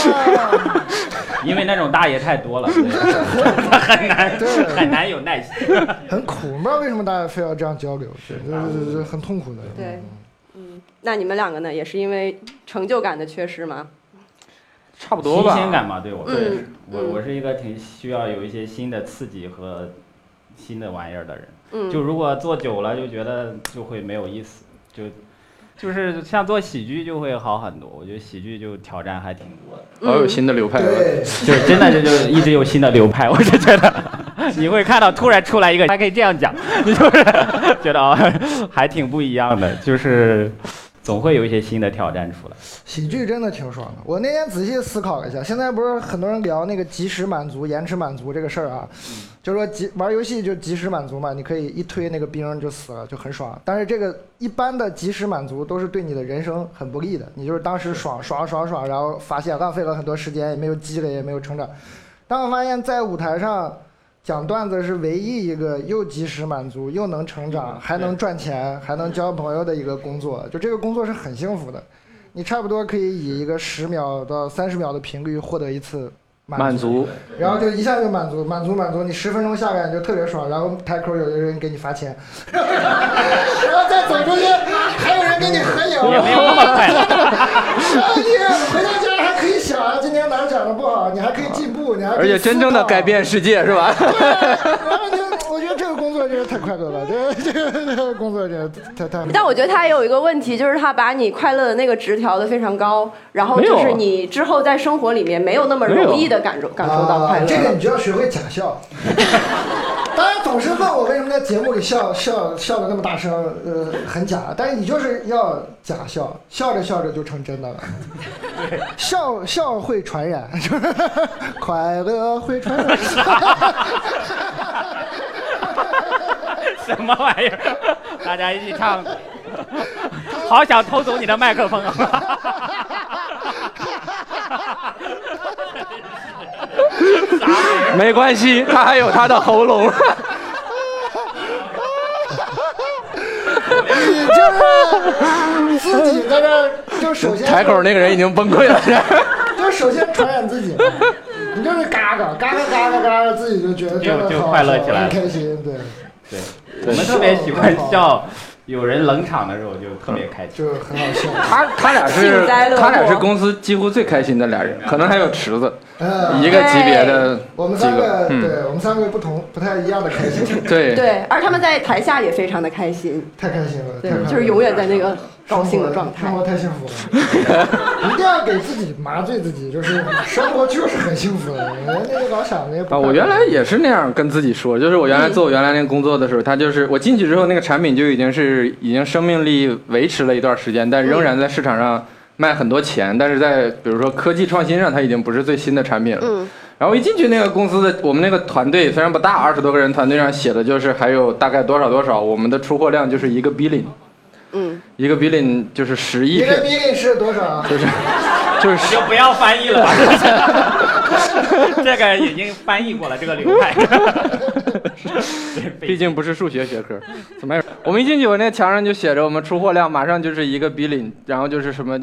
Speaker 4: 因为那种大爷太多了，对很难
Speaker 3: 对
Speaker 4: 很难有耐心。
Speaker 3: 很苦，不知道为什么大家非要这样交流，是就是就是很痛苦的。
Speaker 2: 对，嗯，那你们两个呢，也是因为成就感的缺失吗？
Speaker 5: 差不多
Speaker 4: 新
Speaker 5: 吧。
Speaker 4: 鲜感嘛，对我
Speaker 2: 嗯
Speaker 4: 个人是，我
Speaker 2: 嗯
Speaker 4: 我是一个挺需要有一些新的刺激和新的玩意儿的人。
Speaker 2: 嗯，
Speaker 4: 就如果做久了，就觉得就会没有意思，就就是像做喜剧就会好很多。我觉得喜剧就挑战还挺多的，
Speaker 5: 老有新的流派了。
Speaker 3: 对，
Speaker 4: 就是真的这就一直有新的流派，我是觉得。你会看到突然出来一个，还可以这样讲，你就是 觉得啊、还挺不一样的，就是总会有一些新的挑战出来。
Speaker 3: 喜剧真的挺爽的。我那天仔细思考了一下，现在不是很多人聊那个及时满足、延迟满足这个事儿啊，就是说及玩游戏就及时满足嘛，你可以一推那个兵就死了，就很爽。但是这个一般的及时满足都是对你的人生很不利的，你就是当时爽爽爽爽，然后发现浪费了很多时间，也没有积累，也没有成长。但我发现，在舞台上讲段子是唯一一个又及时满足、又能成长、还能赚钱、还能交朋友的一个工作。就这个工作是很幸福的，你差不多可以以一个十秒到三十秒的频率获得一次
Speaker 5: 满
Speaker 3: 足，
Speaker 5: 足，
Speaker 3: 然后就一下就满足，满足满足，你十分钟下来你就特别爽，然后台口有的人给你发钱， 然后再走出去还有人跟你合
Speaker 5: 嗯
Speaker 3: 影，
Speaker 4: 也没有那么快乐。
Speaker 3: 然后 你回到家还可以想啊今天哪儿讲的不好，你还可以进步，你还可以
Speaker 5: 啊而且真正的
Speaker 3: 思考
Speaker 5: 改。变世界是吧？
Speaker 3: 然后就我觉得这个工作真是太快乐了，这这这个工作真是太太。
Speaker 2: 但我觉得他也有一个问题，就是他把你快乐的那个值调的非常高，然后就
Speaker 5: 没
Speaker 2: 是
Speaker 5: 有啊
Speaker 2: 你之后在生活里面没有那么容易的感受感受到快
Speaker 3: 啊
Speaker 2: 乐
Speaker 3: 这个
Speaker 2: 了。
Speaker 3: 你就要学会假笑。当然总是问我为什么在节目里笑笑笑的那么大声，呃，很假，但是你就是要假笑，笑着笑着就成真的了。笑笑会传 染，就是快乐会传染。
Speaker 4: 什么玩意儿？大家一起唱， 好想偷走你的麦克风啊！
Speaker 5: 没关系，他还有他的喉咙。
Speaker 3: 你就是自己在这儿，就首先
Speaker 5: 台口那个人已经崩溃了。
Speaker 3: 就首先传染自己嘛，你就是嘎嘎嘎嘎嘎嘎嘎，自己就觉得真的
Speaker 4: 就
Speaker 3: 好
Speaker 4: 快乐起来了
Speaker 3: 很开心，对，
Speaker 4: 对，我们特别喜欢笑，有人冷场的时候就特别开心。
Speaker 3: 就很好笑。
Speaker 5: 他他俩是
Speaker 2: 幸灾乐祸
Speaker 5: 他俩是公司几乎最开心的俩人，可能还有池子，
Speaker 3: 嗯，
Speaker 5: 一个级别的
Speaker 3: 我们
Speaker 5: 几
Speaker 3: 三
Speaker 5: 个
Speaker 3: 个，，
Speaker 5: 嗯，
Speaker 3: 对我们三个不同不太一样的开 心，
Speaker 5: 对
Speaker 2: 对，而他们在台下也非常的开心，
Speaker 3: 太开心了，太
Speaker 2: 对
Speaker 3: 开心，了
Speaker 2: 就是永远在那个高兴的状态
Speaker 3: 生。活太幸福了，一定要给自己麻醉自己，就是生活就是很幸福的。人那个老想 那些不快
Speaker 5: 啊，
Speaker 3: 乐
Speaker 5: 我原来也是那样跟自己说，就是我原来做我原来那个工作的时候，他就是我进去之后，那个产品就已经是已经生命力维持了一段时间，但仍然在市场上卖很多钱，但是在比如说科技创新上，它已经不是最新的产品了。
Speaker 2: 嗯
Speaker 5: 然后一进去那个公司的我们那个团队虽然不大，二十多个人团队上写的就是还有大概多少多少，我们的出货量就是一个 billion，
Speaker 2: 嗯，
Speaker 5: 一个 billion 就是十亿
Speaker 3: 一
Speaker 5: 片
Speaker 3: 个，比例是多少？
Speaker 5: 就是就是
Speaker 4: 你
Speaker 5: 十
Speaker 4: 啊就不要翻译了吧， 这个已经翻译过了，这个流派。 啊
Speaker 5: 毕竟不是数学学科，怎么样？我们一进去，我那墙上就写着我们出货量马上就是一个 billion，然后就是什么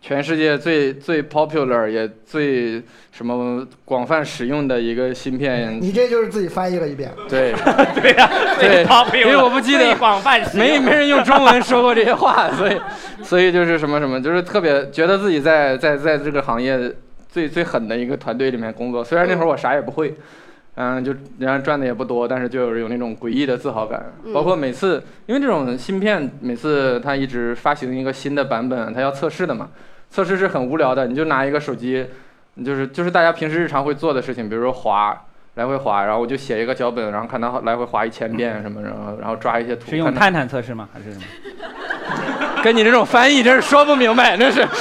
Speaker 5: 全世界最最 popular 也最什么广泛使用的一个 芯片，
Speaker 3: 你这就是自己翻译了一遍，
Speaker 5: 对，
Speaker 4: 对呀、
Speaker 5: 对
Speaker 4: 最 top
Speaker 5: 因为我不记得
Speaker 4: 最广泛使
Speaker 5: 没
Speaker 4: 用
Speaker 5: 没人用中文说过这些话，所以所以就是什么什么，就是特别觉得自己在在在这个行业最最狠的一个团队里面工作，虽然那会儿我啥也不会。嗯，就然后赚的也不多，但是就有有那种诡异的自豪感。
Speaker 4: 嗯
Speaker 5: 包括每次，因为这种芯片，每次它一直发行一个新的版本，它要测试的嘛。测试是很无聊的，你就拿一个手机，你就是就是大家平时日常会做的事情，比如说滑，来回滑，然后我就写一个脚本，然后看它来回滑一千遍什么，然后然后抓一些图。
Speaker 4: 是用
Speaker 5: 看它
Speaker 4: 探探测试吗？还是什么？
Speaker 5: 跟你这种翻译真是说不明白，那是。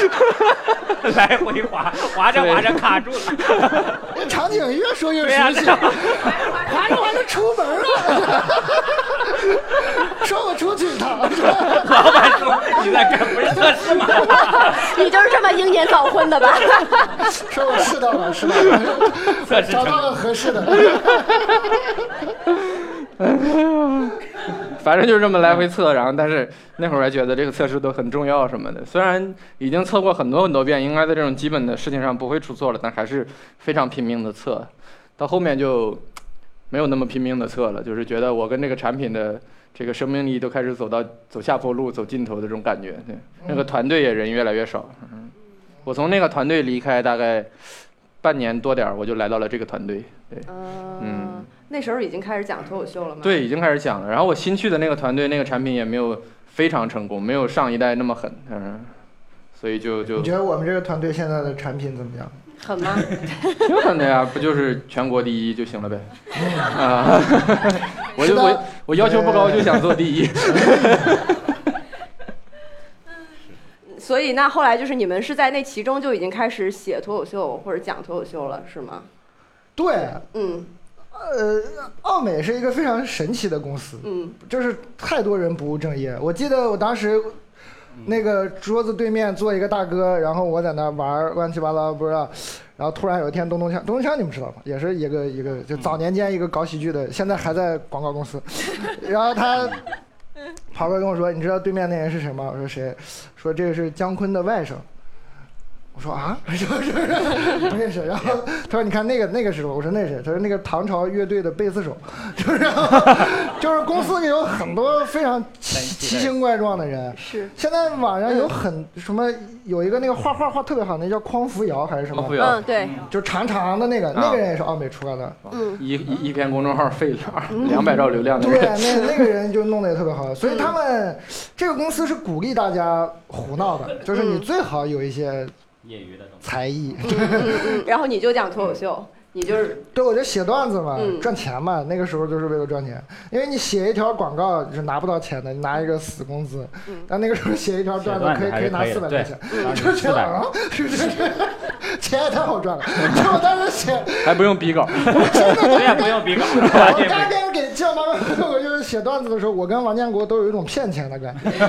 Speaker 4: 来回滑，滑着滑着卡住了。
Speaker 3: 那场景越说越
Speaker 4: 对啊呀、
Speaker 3: 熟悉，爬着爬着出门 了，说我出去一趟，
Speaker 4: 老板说你在干不是测试吗？
Speaker 2: 你就是这么英年早婚的吧？
Speaker 3: 说我试到了，试到 了，找到了合适的。
Speaker 5: 反正就是这么来回测，然后但是那会儿还觉得这个测试都很重要什么的。虽然已经测过很多很多遍，应该在这种基本的事情上不会出错了，但还是非常拼命的测。到后面就没有那么拼命的测了，就是觉得我跟这个产品的这个生命力都开始走到走下坡路、走尽头的这种感觉。对，那个团队也人越来越少。嗯，我从那个团队离开大概半年多点儿，我就来到了这个团队。对。
Speaker 2: 嗯，那时候已经开始讲脱口秀了吗？，
Speaker 5: 对，已经开始讲了。然后我新去的那个团队，那个产品也没有非常成功，没有上一代那么狠，嗯，所以就就
Speaker 3: 你觉得我们这个团队现在的产品怎么样？
Speaker 2: 很吗？
Speaker 5: 挺狠的呀，不就是全国第一就行了 呗？啊， 我就是
Speaker 3: 的
Speaker 5: 我我要求不高，就想做第一。
Speaker 2: 所以那后来就是你们是在那其中就已经开始写脱口秀或者讲脱口秀了，是吗？
Speaker 3: 对，
Speaker 2: 嗯
Speaker 3: 呃，奥美是一个非常神奇的公司，
Speaker 2: 嗯
Speaker 3: 就是太多人不务正业。我记得我当时那个桌子对面坐一个大哥，然后我在那玩乱七八糟不知道，然后突然有一天东东锵，东东锵你们知道吗？也是一个一个就早年间一个搞喜剧的，现在还在广告公司， 然后他。跑过来跟我说：“你知道对面那人是谁吗？”我说：“谁？”说：“这个是姜昆的外甥。”我说：“啊，我说是不认识。”然后他说：“你看那个那个是什么？”我说：“那是谁？”他说：“那个唐朝乐队的贝斯手。” 就是然后就是公司里有很多非常 奇奇形怪状的人。
Speaker 2: 是
Speaker 3: 现在网上有很什么有一个那个画画画特别好，那叫匡扶摇还是什么
Speaker 5: 不？要
Speaker 4: 啊
Speaker 2: 嗯对
Speaker 3: 就长长的那个，
Speaker 5: 啊
Speaker 3: 那个人也是奥美出来的。
Speaker 2: 嗯
Speaker 5: 一一一篇公众号费两两百兆流量的
Speaker 3: 对，
Speaker 5: 人，
Speaker 3: 那那个人就弄得也特别 好，所以他们这个公司是鼓励大家胡闹的，就是你最好有一些
Speaker 4: 业余的东西。
Speaker 3: 才艺。
Speaker 2: 嗯嗯，然后你就讲脱口秀，你 就是
Speaker 3: 对，我就写段子嘛，
Speaker 2: 嗯
Speaker 3: 赚钱嘛，那个时候就是为了赚钱，因为你写一条广告你是拿不到钱的，你拿一个死工资。
Speaker 2: 嗯
Speaker 3: 但那个时候写一条段子
Speaker 4: 写段子
Speaker 3: 可以
Speaker 4: 还
Speaker 3: 可
Speaker 4: 是
Speaker 3: 以拿
Speaker 4: 可以的
Speaker 3: 四百块钱，
Speaker 4: 当 时
Speaker 3: 就觉得
Speaker 4: 400
Speaker 3: 啊，是这这 钱也太好赚了。 就我当时写，
Speaker 5: 还不用比稿，
Speaker 4: 对哎呀，不用比稿，完
Speaker 3: 我
Speaker 4: 全不
Speaker 3: 刚开始给叫妈妈脱口秀写段子的时候，我跟王建国都有一种骗钱的感 觉，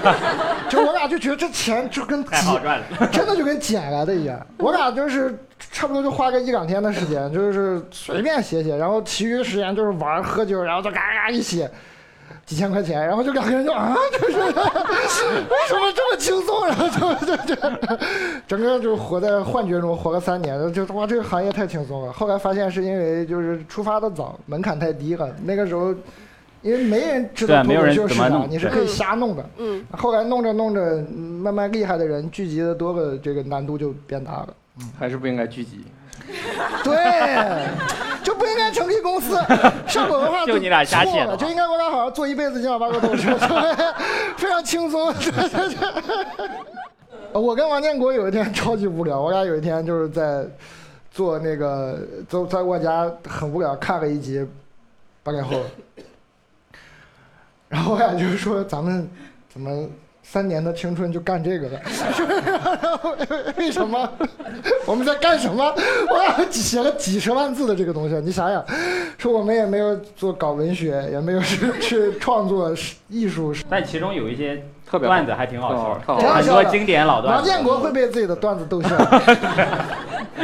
Speaker 3: 就我俩就觉得这钱就跟
Speaker 4: 太好
Speaker 3: 捡，
Speaker 4: 赚了。
Speaker 3: 真的就跟捡来的一样。我俩就是差不多就花个一两天的时间，就是随便写写，然后其余的时间就是玩儿喝酒，然后就嘎嘎一写。几千块钱，然后就两个人就啊，就是 为什么这么轻松？然后就就就整个就活在幻觉中，活了三年，就哇，这个行业太轻松了。后来发现是因为就是出发的早，门槛太低了。那个时候，因为没人知道
Speaker 4: 对没
Speaker 3: 脱
Speaker 4: 有
Speaker 3: 口
Speaker 4: 人
Speaker 3: 秀
Speaker 4: 怎
Speaker 3: 是
Speaker 4: 么
Speaker 3: 啥
Speaker 4: 弄，
Speaker 3: 你是
Speaker 4: 对
Speaker 3: 可以瞎弄的。
Speaker 2: 嗯，
Speaker 3: 后来弄着弄着，嗯慢慢厉害的人聚集的多了，这个难度就变大了。
Speaker 5: 还是不应该聚集。
Speaker 3: 对，就不应该成立 公司。上果文化
Speaker 4: 就你俩瞎写
Speaker 3: 错
Speaker 4: 的
Speaker 3: 了，
Speaker 4: 吧
Speaker 3: 就应该我俩好好做一辈子金小八哥脱口秀， 非常轻松。 我跟王建国有一天超级无聊，我俩有一天就是在做那个，就在我家很无聊看了一集《八零后》，然后我俩就是说咱们怎么三年的青春就干这个了， 为什么？ 我们在干什么？ 我俩写了几十万字的这个东西，啊你想想，说我们也没有做搞文学，也没有去去创作艺术。
Speaker 4: 但其中有一些
Speaker 5: 特别好
Speaker 4: 段子还挺 好笑
Speaker 5: 哦
Speaker 4: 的，
Speaker 5: 特好
Speaker 3: 笑
Speaker 4: 很多经典老段
Speaker 3: 王
Speaker 4: 子，
Speaker 3: 建国会被自己的段子逗笑，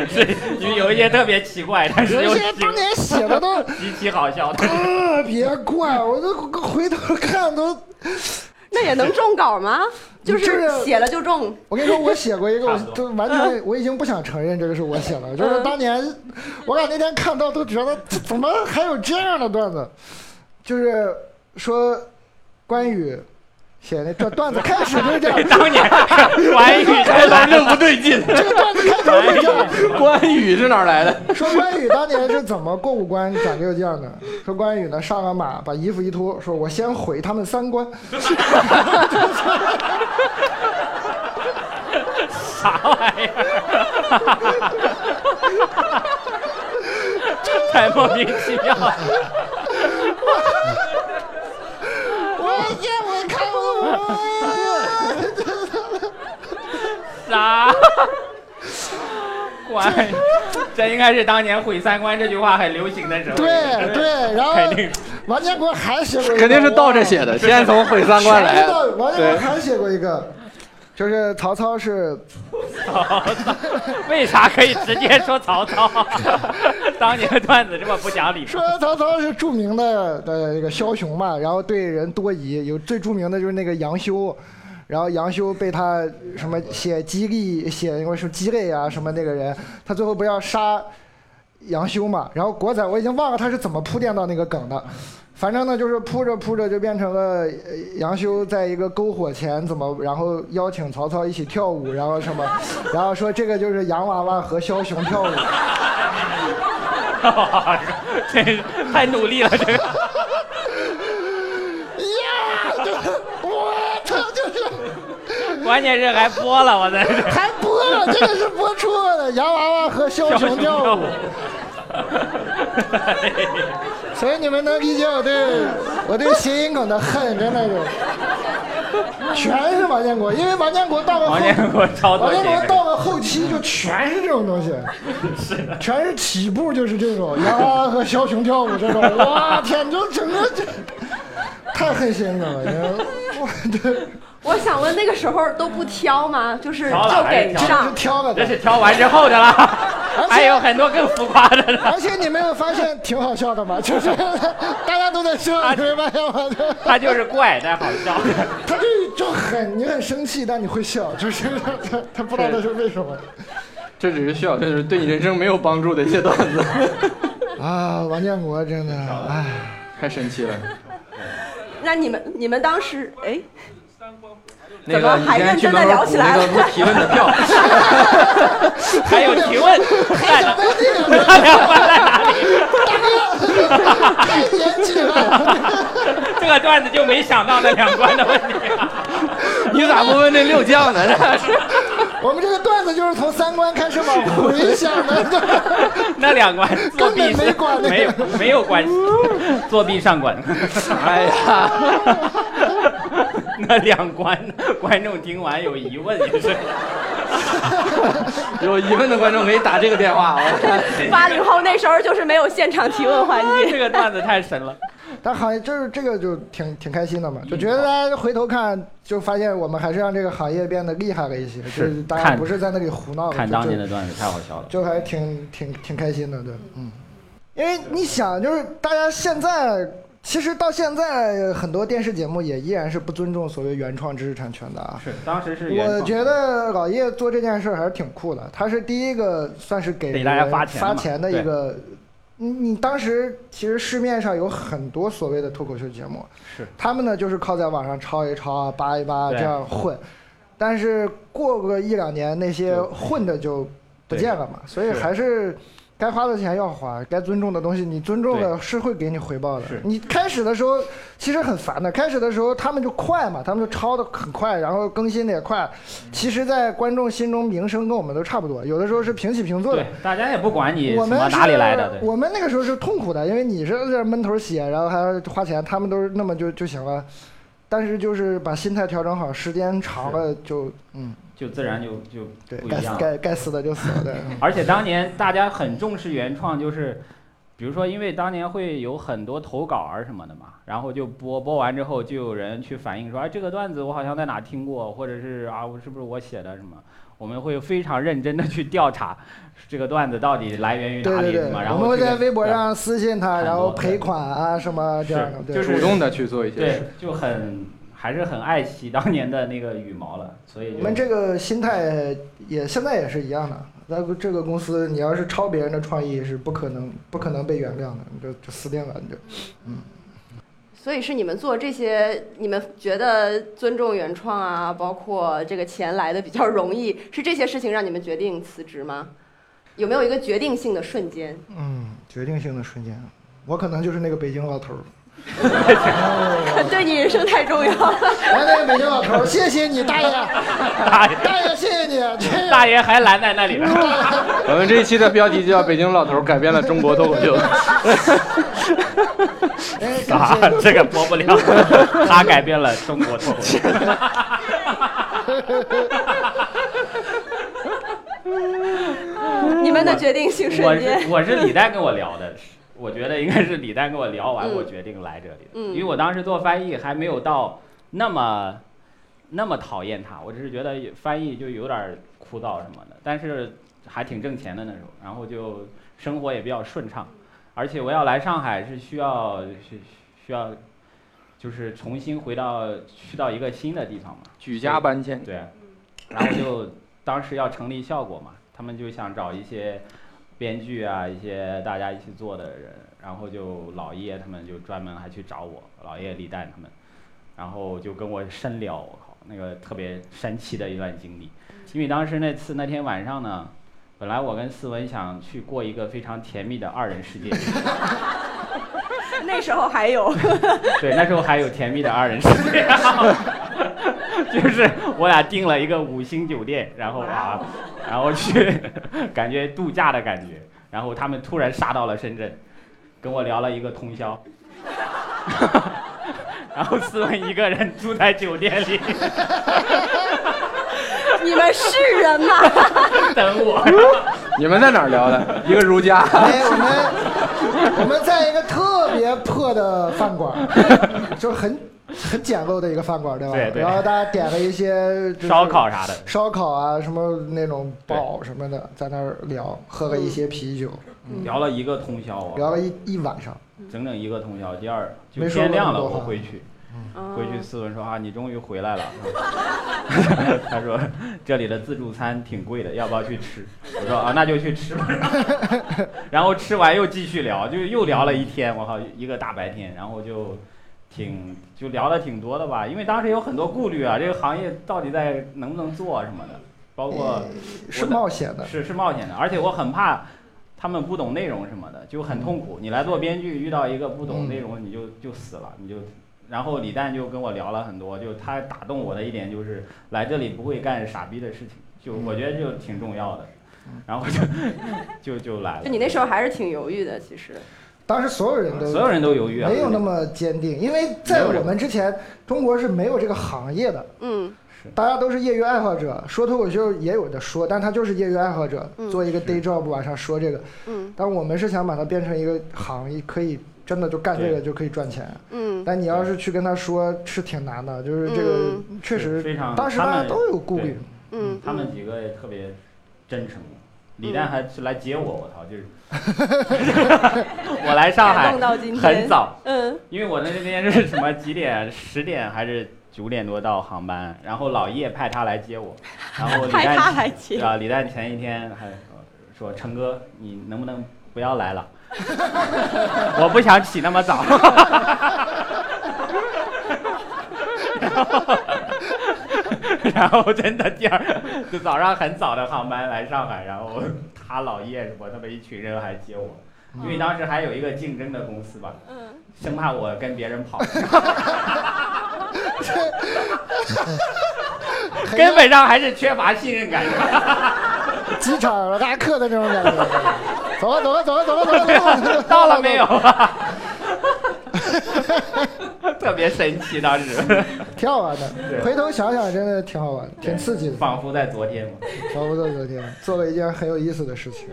Speaker 4: 对， 有一些特别奇怪，但是
Speaker 3: 有
Speaker 4: 又
Speaker 3: 一些
Speaker 4: 极
Speaker 3: 当年写的都
Speaker 4: 极其好笑的。
Speaker 3: 特别怪，我都回头看都。
Speaker 2: 那也能中稿吗？就
Speaker 3: 这
Speaker 2: 是
Speaker 3: 个
Speaker 2: 写了就中，
Speaker 3: 我跟你说，我写过一个，我
Speaker 4: 差不
Speaker 3: 就完全我已经不想承认这个是我写的，就是当年我俩那天看到都觉得这怎么还有这样的段子，就是说关羽写那这段子开始就是这样，
Speaker 4: 当年关羽
Speaker 5: 哎，反正不对劲，
Speaker 3: 这个段子开头就是这样，
Speaker 5: 关羽是哪儿来的？
Speaker 3: 说关羽当年是怎么过五关斩六将的。说关羽呢上了马，把衣服一脱，说我先毁他们三关。
Speaker 4: 啥玩意儿？ 太莫名其妙了，
Speaker 3: 我先我看我
Speaker 4: 啥？关羽，这应该是当年“毁三观”这句话很流行的时候。
Speaker 3: 对 对，然后
Speaker 4: 肯定
Speaker 3: 王建国还写过一个，
Speaker 5: 肯定是倒着写 的，先从毁三观来啊
Speaker 3: 全是
Speaker 5: 的。
Speaker 3: 倒着王建国还写过一个，就是曹操是
Speaker 4: 为啥可以直接说曹操？ 当年段子这么不讲理
Speaker 3: 说曹操是著名的呃这个枭雄嘛，然后对人多疑，有最著名的就是那个杨修。然后杨修被他什么写激励，写因为是鸡肋啊什么那个人，他最后不要杀杨修嘛。然后国仔我已经忘了他是怎么铺垫到那个梗的，反正呢就是铺着铺着就变成了呃杨修在一个篝火前怎么，然后邀请曹操一起跳舞，然后什么，然后说这个就是洋娃娃和枭雄跳舞。
Speaker 4: 吗？ 真是太努力了，这个。
Speaker 3: 呀，就是我操，就是
Speaker 4: 关键是还播了，我在这
Speaker 3: 还播了，这个是播出了的。洋娃娃和枭雄跳舞，所以你们能理解我对我对谐音梗的恨，真的是，全是王建国，因为王建国到了后
Speaker 4: 王建国超多
Speaker 3: 王建
Speaker 4: 节
Speaker 3: 国
Speaker 4: 目，
Speaker 3: 到了后期就全是这种东西，全是起步就是这种洋娃娃和枭雄跳舞这 种，哇天，就整个这太恨谐音梗了，你我这
Speaker 2: 我想问那个时候都不挑吗？就是
Speaker 4: 挑了
Speaker 2: 就
Speaker 4: 还
Speaker 2: 给
Speaker 4: 是挑
Speaker 3: 这是
Speaker 2: 上，
Speaker 3: 挑了的
Speaker 4: 这。是挑完之后的了，还有很多更浮夸的呢。
Speaker 3: 而且你没有发现挺好笑的 吗？就是大家都在笑，
Speaker 4: 啊
Speaker 3: 你没发现吗？
Speaker 4: 他就是怪，但好 笑。
Speaker 3: 他就就很你很生气，但你会笑，就是他他不知道他是为什么
Speaker 5: 这只是笑，这只是对你人生没有帮助的一些 段子，
Speaker 3: 啊！王建国真的哎 唉，
Speaker 5: 太神奇了。
Speaker 2: 那你们你们当时哎，
Speaker 5: 那
Speaker 2: 怎么
Speaker 5: 个，你
Speaker 2: 还
Speaker 5: 先
Speaker 2: 认
Speaker 5: 去
Speaker 2: 真地
Speaker 5: 门口
Speaker 2: 聊
Speaker 5: 补
Speaker 2: 起
Speaker 5: 那
Speaker 2: 来
Speaker 5: 个
Speaker 2: 了
Speaker 5: 不是提问的票，
Speaker 4: 还有提问，
Speaker 3: 还想问这 个？大哥，太严谨了，
Speaker 4: 这个段子就没想到那两关的问题。啊
Speaker 5: 你咋不问这六将呢？这是
Speaker 3: 我们这个段子就是从三观开始往回想的，
Speaker 4: 那两关作
Speaker 3: 根
Speaker 4: 弊
Speaker 3: 本
Speaker 4: 是
Speaker 3: 没管那个
Speaker 4: 没有没有关系，作弊上管。哎呀， 那两关观众听完有疑问也 是，
Speaker 5: 有疑问的观众可以打这个电话啊。
Speaker 2: 八零后那时候就是没有现场提问环
Speaker 4: 这
Speaker 2: 节，
Speaker 4: 个段子太神了。
Speaker 3: 但好像就是这个就挺挺开心的嘛，就觉得大家回头看就发现我们还是让这个行业变得厉害了一些，就是大家
Speaker 4: 看
Speaker 3: 不是在那里胡闹了，
Speaker 4: 看
Speaker 3: 就
Speaker 4: 当
Speaker 3: 就
Speaker 4: 年的段子太好笑了。
Speaker 3: 就还挺挺挺开心的，对，嗯，因为你想，就是大家现在其实到现在很多电视节目也依然是不尊重所谓原创知识产权的啊。
Speaker 4: 是，当时是原
Speaker 3: 我
Speaker 4: 创
Speaker 3: 觉得老叶做这件事儿还是挺酷的，他是第一个算是给
Speaker 4: 给大家
Speaker 3: 人
Speaker 4: 发钱的嘛
Speaker 3: 发钱的一个。你你当时其实市面上有很多所谓的脱口秀节目，
Speaker 4: 是
Speaker 3: 他们呢就是靠在网上抄一抄啊、扒一扒啊
Speaker 4: 对
Speaker 3: 这样混，但是过个一两年，那些
Speaker 4: 就
Speaker 3: 混的就不见了嘛，所以
Speaker 4: 是
Speaker 3: 还是该花的钱要花，该尊重的东西你尊重了
Speaker 4: 对
Speaker 3: 是会给你回报的
Speaker 4: 是。
Speaker 3: 你开始的时候其实很烦的，开始的时候他们就快嘛，他们就抄的很快，然后更新的也快。其实，在观众心中名声跟我们都差不多，有的时候是平起平坐的
Speaker 4: 对。，大家也不管你
Speaker 3: 我
Speaker 4: 什
Speaker 3: 们
Speaker 4: 么
Speaker 3: 是
Speaker 4: 哪里来的，对，
Speaker 3: 我们那个时候是痛苦的，因为你是在这闷头写，然后还要花钱，他们都是那么就就行了。但是就是把心态调整好，时间长了就嗯，
Speaker 4: 就自然就就
Speaker 3: 对，
Speaker 4: 不
Speaker 3: 该
Speaker 4: 一
Speaker 3: 死
Speaker 4: 样了。
Speaker 3: 该该死的就死了，对。
Speaker 4: 而且当年大家很重视原创，就是比如说，因为当年会有很多投稿啊什么的嘛，然后就播播完之后，就有人去反映说，哎，这个段子我好像在哪听过，或者是啊，我是不是我写的什么？我们会非常认真的去调查这个段子到底来源于
Speaker 3: 对
Speaker 4: 哪
Speaker 3: 对
Speaker 4: 里，
Speaker 3: 对
Speaker 4: 什么，然
Speaker 3: 我
Speaker 4: 后
Speaker 3: 们会
Speaker 4: 这个
Speaker 3: 在微博
Speaker 4: 对
Speaker 3: 上私信他，
Speaker 4: 很
Speaker 3: 然后
Speaker 4: 多
Speaker 3: 赔
Speaker 4: 对
Speaker 3: 款啊什么这样的，对，
Speaker 4: 就是
Speaker 5: 主动的去做一些
Speaker 4: 对
Speaker 5: 事，
Speaker 4: 就很还是很爱惜当年的那个羽毛了，所以
Speaker 3: 我
Speaker 4: 就
Speaker 3: 们这个心态也现在也是一样的。那个这个公司，你要是抄别人的创意，是不可能不可能被原谅的，你就就死定了，你就。
Speaker 2: 所以是你们做这些，你们觉得尊重原创啊，包括这个钱来的比较容易，是这些事情让你们决定辞职吗？有没有一个决定性的瞬间？
Speaker 3: 嗯，决定性的瞬间，我可能就是那个北京老头儿。
Speaker 2: 对你人生太重要了。
Speaker 3: 哎，那个北京老头儿，谢谢你，大爷，大爷，谢 谢你，这
Speaker 4: 大爷还拦在 那里了。
Speaker 5: 我们这一期的标题就叫《北京老头改变了中国脱口秀》。
Speaker 3: 哎，
Speaker 4: 啊
Speaker 3: 感，谢
Speaker 4: 这个播不了， 他改变了中国脱口秀。
Speaker 2: 你们的决定性
Speaker 4: 我
Speaker 2: 瞬
Speaker 4: 是
Speaker 2: 间，
Speaker 4: 我是李诞跟我聊的，我觉得应该是李诞跟我聊完，
Speaker 2: 嗯
Speaker 4: 我决定来这里的，
Speaker 2: 嗯
Speaker 4: 因为我当时做翻译还没有到那么那么讨厌他，我只是觉得翻译就有点枯燥什么的，但是还挺挣钱的那时候，然后就生活也比较顺畅，而且我要来上海是需要是需要就是重新回到去到一个新的地方嘛。
Speaker 5: 举家搬迁，
Speaker 4: 对，嗯然后就当时要成立效果嘛，他们就想找一些编剧啊，一些大家一起做的人，然后就老叶他们就专门还去找我，老叶、李诞他们，然后就跟我深聊，我靠，那个特别神奇的一段经历，因为当时那次那天晚上呢。本来我跟思文想去过一个非常甜蜜的二人世界，
Speaker 2: 那时候还有。
Speaker 4: 对，那时候还有甜蜜的二人世界， 就是我俩订了一个五星酒店，然后啊，
Speaker 3: 哦
Speaker 4: 然后去 感觉度假的感觉，然后他们突然杀到了深圳，跟我聊了一个通宵， 然后思文一个人住在酒店 里
Speaker 2: 你们是人 吗？
Speaker 4: 等 我，
Speaker 5: 你们在哪儿聊的？一个如家，
Speaker 3: 哎，我们我们在一个特别破的饭馆儿， 就是很很简陋的一个饭馆儿，对吧？
Speaker 4: 对对
Speaker 3: 然后大家点了一些就是
Speaker 4: 烧烤啥的，
Speaker 3: 烧烤啊，什么那种煲什么的，在那儿聊，喝了一些啤酒，
Speaker 4: 聊了一个通宵啊，
Speaker 3: 聊了一一晚上。
Speaker 4: 整整一个通宵。第二就
Speaker 3: 没说
Speaker 4: 天
Speaker 3: 过那
Speaker 4: 亮
Speaker 3: 么
Speaker 4: 了，
Speaker 3: 多
Speaker 4: 我
Speaker 3: 话
Speaker 4: 回去。回去
Speaker 2: 嗯
Speaker 4: 思文说啊，你终于回来了。 他说这里的自助餐挺贵的，要不要去吃？我说啊，那就去吃吧。 然后吃完又继续聊，就又聊了一天，我靠，一个大白天，然后就挺就聊的挺多的吧，因为当时有很多顾虑啊，这个行业到底在能不能做什么的，包括
Speaker 3: 是冒险的，
Speaker 4: 是是冒险的，而且我很怕他们不懂内容什么的，就很痛
Speaker 3: 嗯
Speaker 4: 苦。你来做编剧，遇到一个不懂内容，你就就死了，你就。然后李诞就跟我聊了很多，就他打动我的一点就是来这里不会干傻逼的事情，就我觉得
Speaker 3: 嗯
Speaker 4: 就挺重要的， 然后就就就来了。
Speaker 2: 就你那时候还是挺犹豫的，其实。
Speaker 3: 当时所有人都
Speaker 4: 所有人都犹豫啊，
Speaker 3: 没有那么坚定，因为在我们之前，中国是没有这个行业的，
Speaker 2: 嗯，
Speaker 3: 大家都是业余爱好者。说脱口秀也有的说，但他就是业余爱好者，
Speaker 2: 嗯
Speaker 3: 做一个 day job 晚上说这个。
Speaker 2: 嗯，
Speaker 3: 但我们是想把它变成一个行业，可以真的就干这个就可以赚钱。
Speaker 2: 嗯，
Speaker 3: 但你要是去跟他说，是挺难的，就是这个确
Speaker 4: 是
Speaker 3: 实，
Speaker 4: 非常
Speaker 3: 当时
Speaker 4: 他
Speaker 3: 大家
Speaker 4: 们
Speaker 3: 都有顾虑。
Speaker 2: 嗯，
Speaker 4: 他们几个也特别真诚。李诞还是来接我，我操， 就是 我来上
Speaker 2: 感
Speaker 4: 海
Speaker 2: 动到今天，
Speaker 4: 很，早，
Speaker 2: 嗯
Speaker 4: 因为我那边是什么几点？十点还是九点多到航班？然后老叶派他来接我， 然后李诞
Speaker 2: 派他来接
Speaker 4: 啊，李诞前一天还说陈哥，你能不能不要来了？ 我不想起那么早。 然后真的第二，就早上很早的航班来上海，然后他姥爷什么他们一群人还接我，因为当时还有一个竞争的公司吧，
Speaker 2: 嗯，
Speaker 4: 生怕我跟别人跑，根本上还是缺乏信任感的。
Speaker 3: 机场了大客的这种感觉。 走吧，走吧，走吧，走吧，走吧走吧，
Speaker 4: 到了没有？啊？ 特别神奇，当时
Speaker 3: 挺好玩
Speaker 4: 对
Speaker 3: 的，回头想想真的挺好玩，挺刺激的。
Speaker 4: 仿佛在昨天嘛。
Speaker 3: 差不多昨天做了一件很有意思的事情。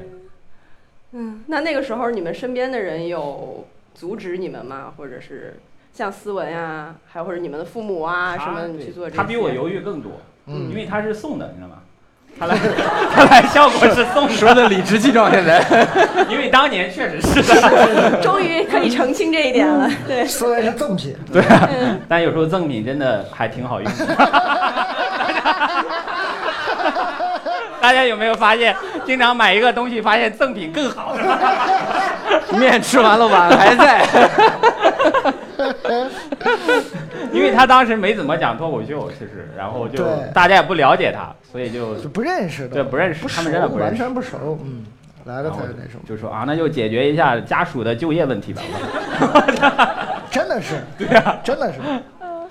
Speaker 2: 嗯，那那个时候你们身边的人有阻止你们吗？或者是像思文啊，还有或者你们的父母啊什么，你去做这些？
Speaker 4: 他比我犹豫更多，
Speaker 3: 嗯
Speaker 4: 因为他是送的，你知道吗？ 他来，他来效果是送
Speaker 5: 说的理直气壮，现在
Speaker 4: 的， 因为当年确实是，
Speaker 2: 终于可以澄清这一点了。对，
Speaker 3: 思维是赠品，
Speaker 4: 但有时候赠品真的还挺好用的。 大家有没有发现，经常买一个东西，发现赠品更好？
Speaker 5: 面吃完了，碗 还在。
Speaker 4: 因为他当时没怎么讲脱口秀，其实，然后就
Speaker 3: 对
Speaker 4: 大家也不了解他，所以就
Speaker 3: 就不认识的，
Speaker 4: 对不认识，
Speaker 3: 不
Speaker 4: 他
Speaker 3: 熟，
Speaker 4: 们真的不认
Speaker 3: 完
Speaker 4: 识。
Speaker 3: 全不熟。嗯，来了
Speaker 4: 然
Speaker 3: 才
Speaker 4: 后
Speaker 3: 那什么，
Speaker 4: 就说啊，那就解决一下家属的就业问题吧。
Speaker 3: 真的是，对啊，真 的是。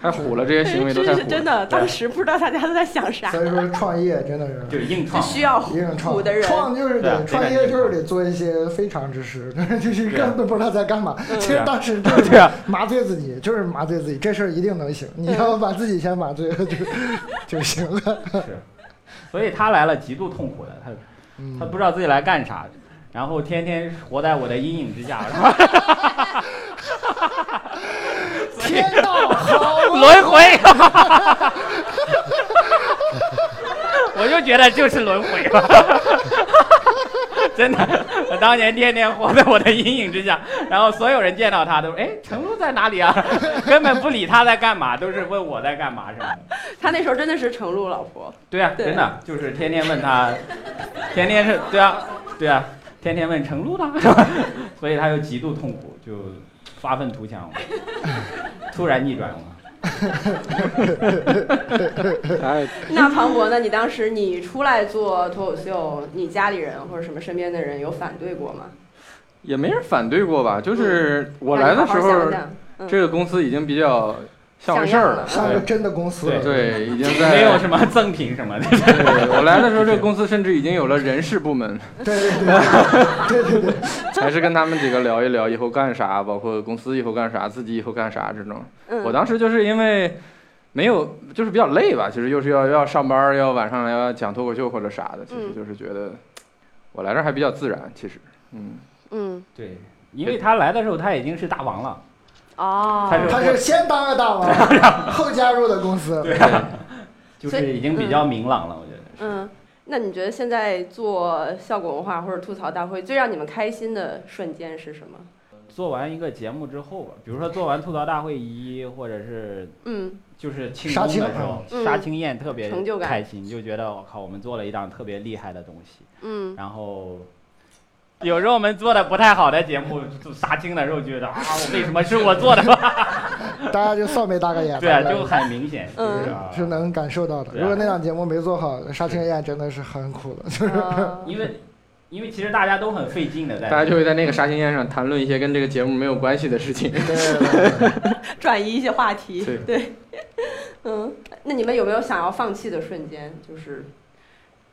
Speaker 5: 太虎了，这些行为都
Speaker 2: 真
Speaker 5: 太
Speaker 2: 是
Speaker 5: 虎
Speaker 2: 真
Speaker 5: 了。
Speaker 2: 的，当时不知道大家都在想啥，
Speaker 3: 所以说创业真的
Speaker 4: 就是是硬创，
Speaker 2: 需要
Speaker 3: 一定
Speaker 2: 苦
Speaker 3: 创
Speaker 2: 的人，
Speaker 3: 创就是
Speaker 4: 对啊
Speaker 3: 得创业
Speaker 4: 非常硬
Speaker 3: 就是得做一些非常之 事，就是根本不知道在干嘛。
Speaker 2: 嗯
Speaker 3: 其实
Speaker 4: 啊对啊
Speaker 3: 当 时就
Speaker 4: 对
Speaker 3: 是
Speaker 4: 啊
Speaker 3: 麻醉自己，就是麻醉自己，这事儿一定能行。你
Speaker 2: 嗯
Speaker 3: 要把自己先麻醉了就就行了。
Speaker 4: 是，所以他来了极度痛苦的，他他
Speaker 3: 嗯，
Speaker 4: 不知道自己来干啥，然后天天活在我的阴影之下，是吧
Speaker 3: 天道好啊。
Speaker 4: 轮回。我就觉得就是轮回 了，真的，我当年天天活在我的阴影之下，然后所有人见到他都说：“哎，成龙在哪里啊？”根本不理他在干嘛，都是问我在干嘛什么的。
Speaker 2: 他那时候真的是程璐老婆，
Speaker 4: 对啊，
Speaker 2: 对
Speaker 4: 真的就是天天问他，天天是对啊，对啊，天天问程璐呢，是吧？ 所以他就极度痛苦，就发愤图强，突然 逆转了。
Speaker 5: 哎，
Speaker 2: 那庞博呢？你当时你出来做脱口秀，你家里人或者什么身边的人有反对过吗？
Speaker 5: 也没人反对过吧？就是我来
Speaker 2: 让
Speaker 5: 的时
Speaker 2: 你好好
Speaker 5: 候
Speaker 2: 想，想嗯
Speaker 5: 这个公司已经比较像回事儿了。
Speaker 3: 像个真的公司了，
Speaker 5: 对，已经在
Speaker 4: 没有什么赠品什么的，
Speaker 5: 对我来的时候，这个公司甚至已经有了人事部门，
Speaker 3: 对对 对对对对，
Speaker 5: 还是跟他们几个聊一聊以后干啥，包括公司以后干啥，自己以后干啥这种。
Speaker 2: 嗯，
Speaker 5: 我当时就是因为没有，就是比较累吧，其实又是要要上班，要晚上要讲脱口秀或者啥的，其实
Speaker 2: 嗯
Speaker 5: 就是觉得我来这儿还比较自然，其实，嗯，
Speaker 2: 嗯
Speaker 4: 对，因为他来的时候他已经是大王了，
Speaker 2: 哦，
Speaker 4: 他是
Speaker 3: 他是先当个大王，后加入的公司。
Speaker 4: 对， 就
Speaker 2: 所以
Speaker 4: 是已经比较明朗了，我觉得。
Speaker 2: 嗯，那你觉得现在做效果文化或者吐槽大会最让你们开心的瞬间是什么？
Speaker 4: 做完一个节目之后吧，比如说做完吐槽大会一，或者是
Speaker 2: 嗯
Speaker 4: 就是庆
Speaker 3: 杀
Speaker 4: 功
Speaker 3: 青
Speaker 4: 的时候，
Speaker 2: 嗯
Speaker 4: 杀青宴特别
Speaker 2: 成就感
Speaker 4: 开心，就觉得我靠，我们做了一档特别厉害的东西。
Speaker 2: 嗯，
Speaker 4: 然后有时候我们做的不太好的节目，就杀青的时候觉得啊，我为什么是我做的？
Speaker 3: 大家就扫眉打个眼吧。
Speaker 4: 对啊，就很明显，
Speaker 2: 嗯
Speaker 4: 就是啊
Speaker 3: 是能感受到的。
Speaker 4: 对啊
Speaker 3: 如果那档节目没做好，杀青宴真的是很苦的。 就是
Speaker 2: 啊
Speaker 4: 因为因为其实大家都很费劲的在，
Speaker 5: 大家就会在那个杀青宴上谈论一些跟这个节目没有关系的事 情。
Speaker 3: 对，
Speaker 2: 转移一些话题，
Speaker 5: 对
Speaker 2: 嗯，那你们有没有想要放弃的瞬间？就是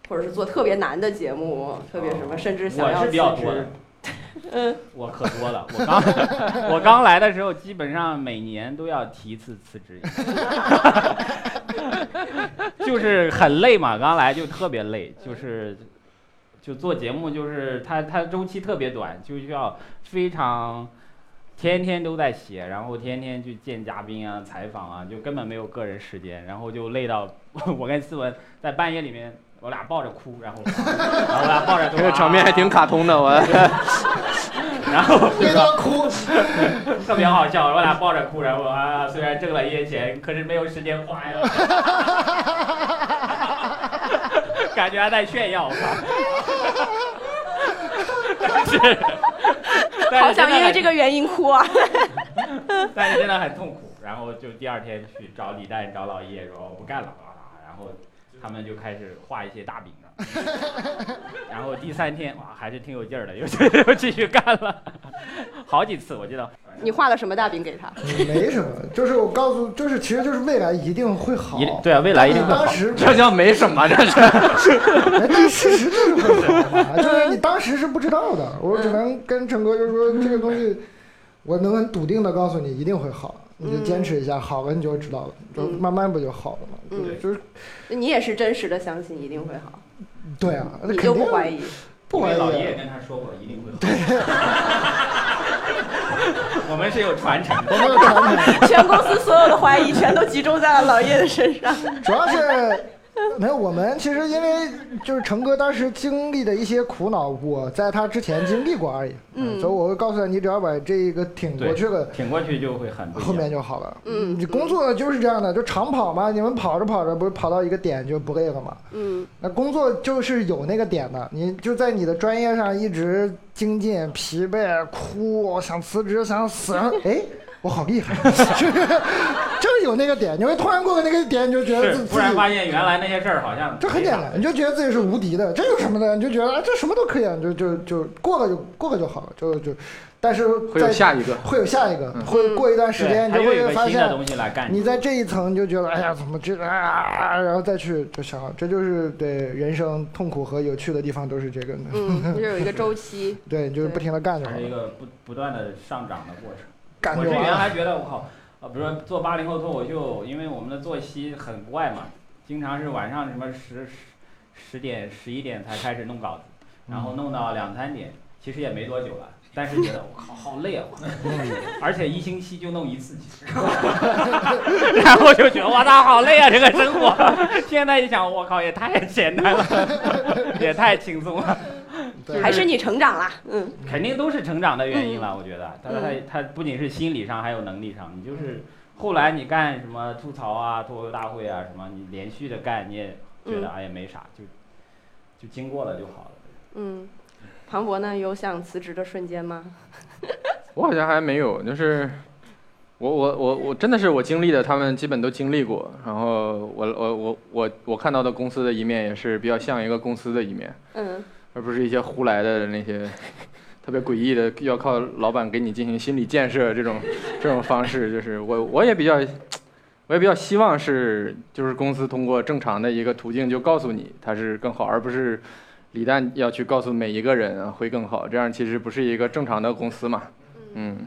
Speaker 2: 或者是做特别难的节目，特别什么，甚至想
Speaker 4: 我
Speaker 2: 要
Speaker 4: 是比较
Speaker 2: 辞
Speaker 4: 多
Speaker 2: 职
Speaker 4: 的，我可多了。我刚 我刚来的时候，基本上每年都要提一次辞职， 就是很累嘛。刚来就特别累，就是就做节目，就是它它周期特别短，就需要非常。天天都在写，然后天天去见嘉宾啊、采访啊，就根本没有个人时间，然后就累到我跟思文在半夜里面，我俩抱着哭，然后然后我俩抱着
Speaker 5: 这个场面还挺
Speaker 4: 卡。
Speaker 5: 卡通的，我
Speaker 4: 啊然后
Speaker 3: 别到哭，
Speaker 4: 特别好笑，我俩抱着哭，然后啊，虽然挣了一些钱，可是没有时间花呀， 感觉还在炫耀，我靠！ 但是，但
Speaker 2: 好
Speaker 4: 是真
Speaker 2: 想
Speaker 4: 的
Speaker 2: 因为
Speaker 4: 很
Speaker 2: 这个原因哭啊！
Speaker 4: 但是真的很痛苦。然后就第二天去找李诞、找老叶说我不干了，啊然后他们就开始画一些大饼了。然后第三天哇，还是挺有劲儿的，又又继续干了，好几次我记得。
Speaker 2: 你画了什么大饼给他？
Speaker 3: 没什么，就是我告诉，就是其实就是未来一定会好哎
Speaker 4: 一，定对啊，未来一定会好
Speaker 3: 当。时
Speaker 5: 这叫没什么，这是。
Speaker 3: 哎但事实就是会好嘛，就是你当时是不知道
Speaker 4: 嗯
Speaker 3: 的，我只能跟陈哥就说这个东西，我能很笃定的告诉你一定会好，你就坚持一下，好了你就知道了，就
Speaker 2: 嗯
Speaker 3: 慢慢不就好了嘛，就
Speaker 4: 嗯
Speaker 3: 就是
Speaker 2: 你也是真实的相信一定会好，
Speaker 3: 对啊，那
Speaker 2: 你
Speaker 3: 肯
Speaker 2: 就
Speaker 3: 定
Speaker 2: 不怀疑？
Speaker 3: 不怀疑
Speaker 4: 老
Speaker 3: 啊
Speaker 4: 叶。跟他说过一定会好。 我们是有传承的，
Speaker 3: 我没有传统，
Speaker 2: 全公司所有的怀疑全都集中在了老叶的身上。
Speaker 3: 主要是没有我们其实因为就是成哥当时经历的一些苦恼，我在他之前经历过而已，
Speaker 2: 嗯
Speaker 3: 所以我会告诉他，你只要把这个挺过去了。
Speaker 4: 挺过去就会很不一样
Speaker 3: 后面就好了。
Speaker 2: 嗯
Speaker 3: 你工作就是这样的，就长跑嘛。你们跑着跑着，不是跑到一个点就不累了吗？
Speaker 2: 嗯
Speaker 3: 那工作就是有那个点的，你就在你的专业上一直精进、疲惫、哭，想辞职、想死， 哎，我好厉害， 就是就是有那个点，你会突然过了那个点，你就觉得自
Speaker 4: 是
Speaker 3: 己
Speaker 4: 突然发现原来那些事儿好像
Speaker 3: 这很简单，你就觉得自己是无敌的，这有什么的？你就觉得、啊、这什么都可以，啊，就就就过了就过了就好了，就就，但是
Speaker 5: 会有
Speaker 3: 在
Speaker 5: 下一个
Speaker 3: 会有下一个，
Speaker 5: 嗯
Speaker 3: 会过一段时间你
Speaker 4: 对它
Speaker 3: 就
Speaker 4: 又有一
Speaker 3: 会
Speaker 4: 个
Speaker 3: 发
Speaker 4: 新的
Speaker 3: 现，
Speaker 4: 东西来干
Speaker 3: 你在这一层你就觉得哎呀怎么这啊，然后再去就想好，这就是对人生痛苦和有趣的地方都是这个，
Speaker 2: 嗯，就是有一个周期。
Speaker 3: 对，你就是不停的干就
Speaker 4: 它
Speaker 3: 好
Speaker 4: 是一
Speaker 3: 了，
Speaker 4: 个不不断的上涨的过程。
Speaker 3: 干
Speaker 4: 我
Speaker 3: 就是完
Speaker 4: 原
Speaker 3: 了。
Speaker 4: 来觉得我靠，啊，比如说做八零后脱口秀，因为我们的作息很怪嘛，经常是晚上什么十十十点、十一点才开始弄稿子，然后弄到两三点，其实也没多久了，但是觉得我靠好累啊，而且一星期就弄一次，然后就觉得哇他好累啊这个生活， 现在一想我靠也太简单了，也太轻松了。
Speaker 3: 对
Speaker 2: 还是你成长啦，嗯，
Speaker 4: 肯定都是成长的原因
Speaker 3: 嗯
Speaker 4: 了，我觉得。但是他他不仅是心理上，还有能力上。你就是后来你干什么吐槽啊、脱口秀大会啊什么，你连续的干，你也觉得
Speaker 2: 嗯
Speaker 4: 哎呀没啥，就就经过了就好了。
Speaker 2: 嗯，庞博呢有想辞职的瞬间吗？
Speaker 5: 我好像还没有，就是我我我我真的是我经历的，他们基本都经历过。然后我我我我我看到的公司的一面也是比较像一个公司的一面，
Speaker 2: 嗯
Speaker 5: 而不是一些胡来的那些特别诡异的，要靠老板给你进行心理建设这种这种方式。就是我我也比较。我也比较希望是，就是公司通过正常的一个途径就告诉你它是更好，而不是李诞要去告诉每一个人啊会更好，这样其实不是一个正常的公司嘛。嗯，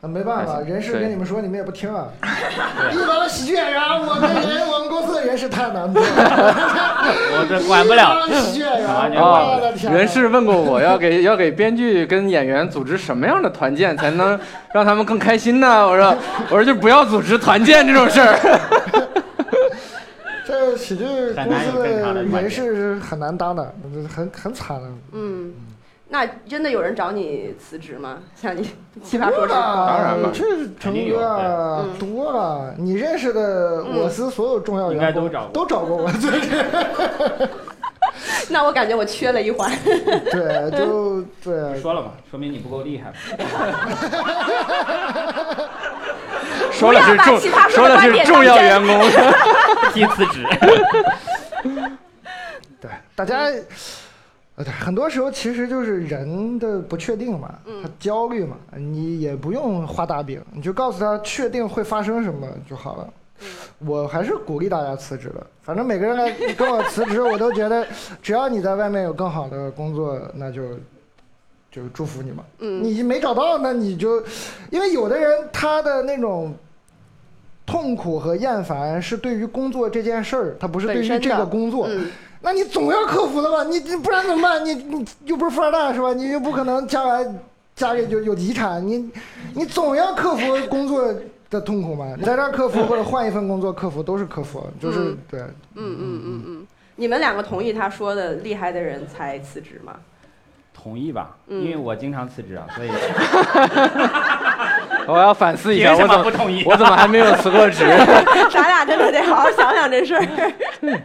Speaker 3: 啊，没办法，
Speaker 5: 还行
Speaker 3: 人事
Speaker 5: 对
Speaker 3: 跟你们说，你们也不听啊。一般的喜剧演员，我们人，我们公司的人事太难做了。
Speaker 4: 我 这管不了。
Speaker 3: 一帮喜剧演员，
Speaker 2: 哦
Speaker 4: 完全管不
Speaker 3: 我
Speaker 5: 啊
Speaker 3: 的，天！
Speaker 5: 人事问过我要给 要给编剧跟演员组织什么样的团建才能让他们更开心呢？我说我说就不要组织团建这种 事儿。
Speaker 3: 这喜剧
Speaker 4: 很
Speaker 3: 公
Speaker 4: 难有
Speaker 3: 司
Speaker 4: 正常的
Speaker 3: 的
Speaker 4: 观点
Speaker 3: 人事是很难当的，很很惨啊的。
Speaker 2: 嗯，那真的有人找你辞职吗？像你奇葩说
Speaker 3: 多
Speaker 2: 这种，
Speaker 3: 了，
Speaker 5: 当然了
Speaker 3: 这
Speaker 4: 肯
Speaker 3: 成
Speaker 4: 定有嗯
Speaker 3: 哥啊多了。你认识的我司所有重要
Speaker 4: 应该
Speaker 3: 员
Speaker 4: 都
Speaker 3: 工
Speaker 4: 找过
Speaker 3: 都找过我，
Speaker 2: 那我感觉我缺了一环。
Speaker 3: 对，就
Speaker 4: 你
Speaker 3: 对，
Speaker 4: 说了嘛，说明你不够厉害嘛。
Speaker 5: 说了是
Speaker 2: 不要把
Speaker 5: 重
Speaker 2: 奇葩
Speaker 5: 说
Speaker 2: 说的
Speaker 5: 了
Speaker 2: 观点
Speaker 5: 是重要员工，
Speaker 4: 提辞职，
Speaker 3: 对，大家，
Speaker 2: 嗯
Speaker 3: 呃，对，很多时候其实就是人的不确定嘛，
Speaker 2: 嗯
Speaker 3: 他焦虑嘛，
Speaker 2: 嗯
Speaker 3: 你也不用画大饼，你就告诉他确定会发生什么就好了。我还是鼓励大家辞职的。反正每个人来跟我辞职，我都觉 得只要你在外面有更好的工作，那就就祝福你嘛。
Speaker 2: 嗯
Speaker 3: 你没找到，那你就，因为有的人他的那种痛苦和厌烦是对于工作这件事儿，他不是对
Speaker 2: 本身
Speaker 3: 于
Speaker 2: 的
Speaker 3: 这个工作。
Speaker 2: 嗯，
Speaker 3: 那你总要克服的吧？你你不然怎么办？你你又不是富二代是吧？你又不可能将来家里就有遗产，你你总要克服工作的痛苦嘛。你在这儿克服或者换一份工作克服都是克服，就是
Speaker 2: 嗯
Speaker 3: 对。
Speaker 2: 你们两个同意他说的厉害的人才辞职吗？
Speaker 4: 同意吧，
Speaker 2: 嗯
Speaker 4: 因为我经常辞职啊，所以
Speaker 5: 我要反思一下，
Speaker 4: 凭什
Speaker 5: 我怎
Speaker 4: 么不
Speaker 5: 么
Speaker 4: 同意？
Speaker 5: 我怎么还没有辞 过职？
Speaker 2: 咱俩真的得好好想想这事儿。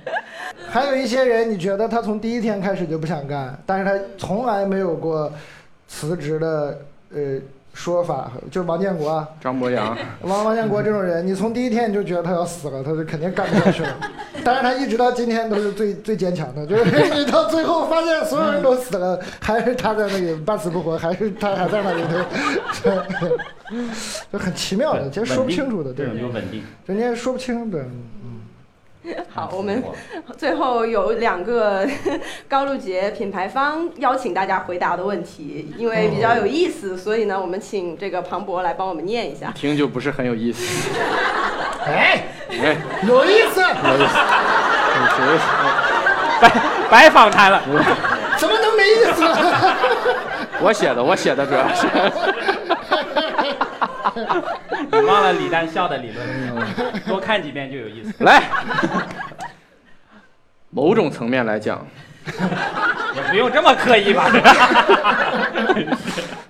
Speaker 3: 还有一些人，你觉得他从第一天开始就不想干，但是他从来没有过辞职的呃说法，就是王建国啊，
Speaker 5: 张博洋，
Speaker 3: 王王建国这种人，你从第一天你就觉得他要死了，他就肯定干不下去 了。但是他一直到今天都是最最坚强的，就是 你到最后发现所有人都死了，还是他在那里半死不活，还是他还在那里，对 就很奇妙的，其实说不清楚的，对
Speaker 4: 这，种就稳定。
Speaker 3: 人家说不清，对，嗯，
Speaker 2: 好，我 们最后有两个 高露洁品牌方邀请大家回答的问题，因为比较有意思，所以呢，我们请这个庞博来帮我们念一下。
Speaker 5: 听就不是很有意思。
Speaker 3: 哎，
Speaker 5: 哎，
Speaker 3: 有意思，
Speaker 5: 你谁？
Speaker 4: 白白访 谈了，
Speaker 3: 怎么能没意思呢？
Speaker 5: 我写的，我写的主要是。
Speaker 4: 你忘了李诞笑的理论了，
Speaker 3: 嗯
Speaker 4: 多看几遍就有意思。
Speaker 5: 来，某种层面来讲，
Speaker 4: 也不用这么刻意吧？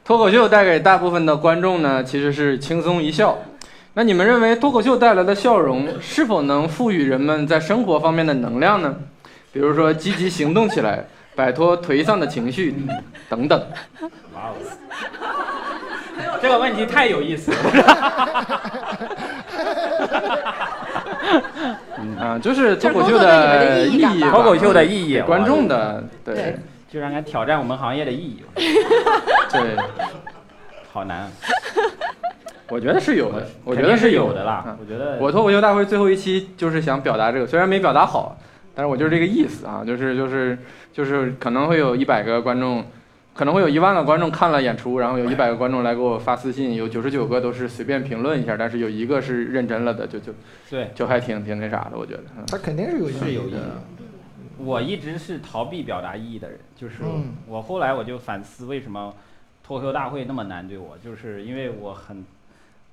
Speaker 5: 脱口秀带给大部分的观众呢，其实是轻松一笑。那你们认为脱口秀带来的笑容，是否能赋予人们在生活方面的能量呢？比如说积极行动起来， 摆脱颓丧的情绪，等等。
Speaker 4: 哇哦， 这个问题太有意思了。
Speaker 5: 啊，就是脱
Speaker 2: 就是
Speaker 5: 口
Speaker 2: 工
Speaker 5: 秀
Speaker 2: 作对你们的
Speaker 5: 意
Speaker 2: 意义感
Speaker 5: 义吧，
Speaker 2: 吧
Speaker 4: 脱口秀的意义
Speaker 5: 给
Speaker 4: 哇
Speaker 5: 观众的，
Speaker 2: 对
Speaker 5: 对
Speaker 4: 就让人挑战我们行业的意义，
Speaker 5: 对，
Speaker 4: 好难啊。
Speaker 5: 我觉得是有的，啊我觉
Speaker 4: 肯
Speaker 5: 得
Speaker 4: 定是
Speaker 5: 有
Speaker 4: 有的啦。我觉得
Speaker 5: 我脱口秀大会最后一期就是想表达这个，虽然没表达好，但是我就是这个意思啊，就是就是就是可能会有一百个观众，可能会有一万个观众看了演出，然后有一百个观众来给我发私信，有九十九个都是随便评论一下，但是有一个是认真了的，就就
Speaker 4: 对
Speaker 5: 就还挺挺那啥的，我觉得。嗯
Speaker 3: 他肯定是有意思，
Speaker 4: 是有意义。我一直是逃避表达意义的人，就是
Speaker 3: 嗯
Speaker 4: 我后来我就反思为什么脱口秀大会那么难对我，就是因为我很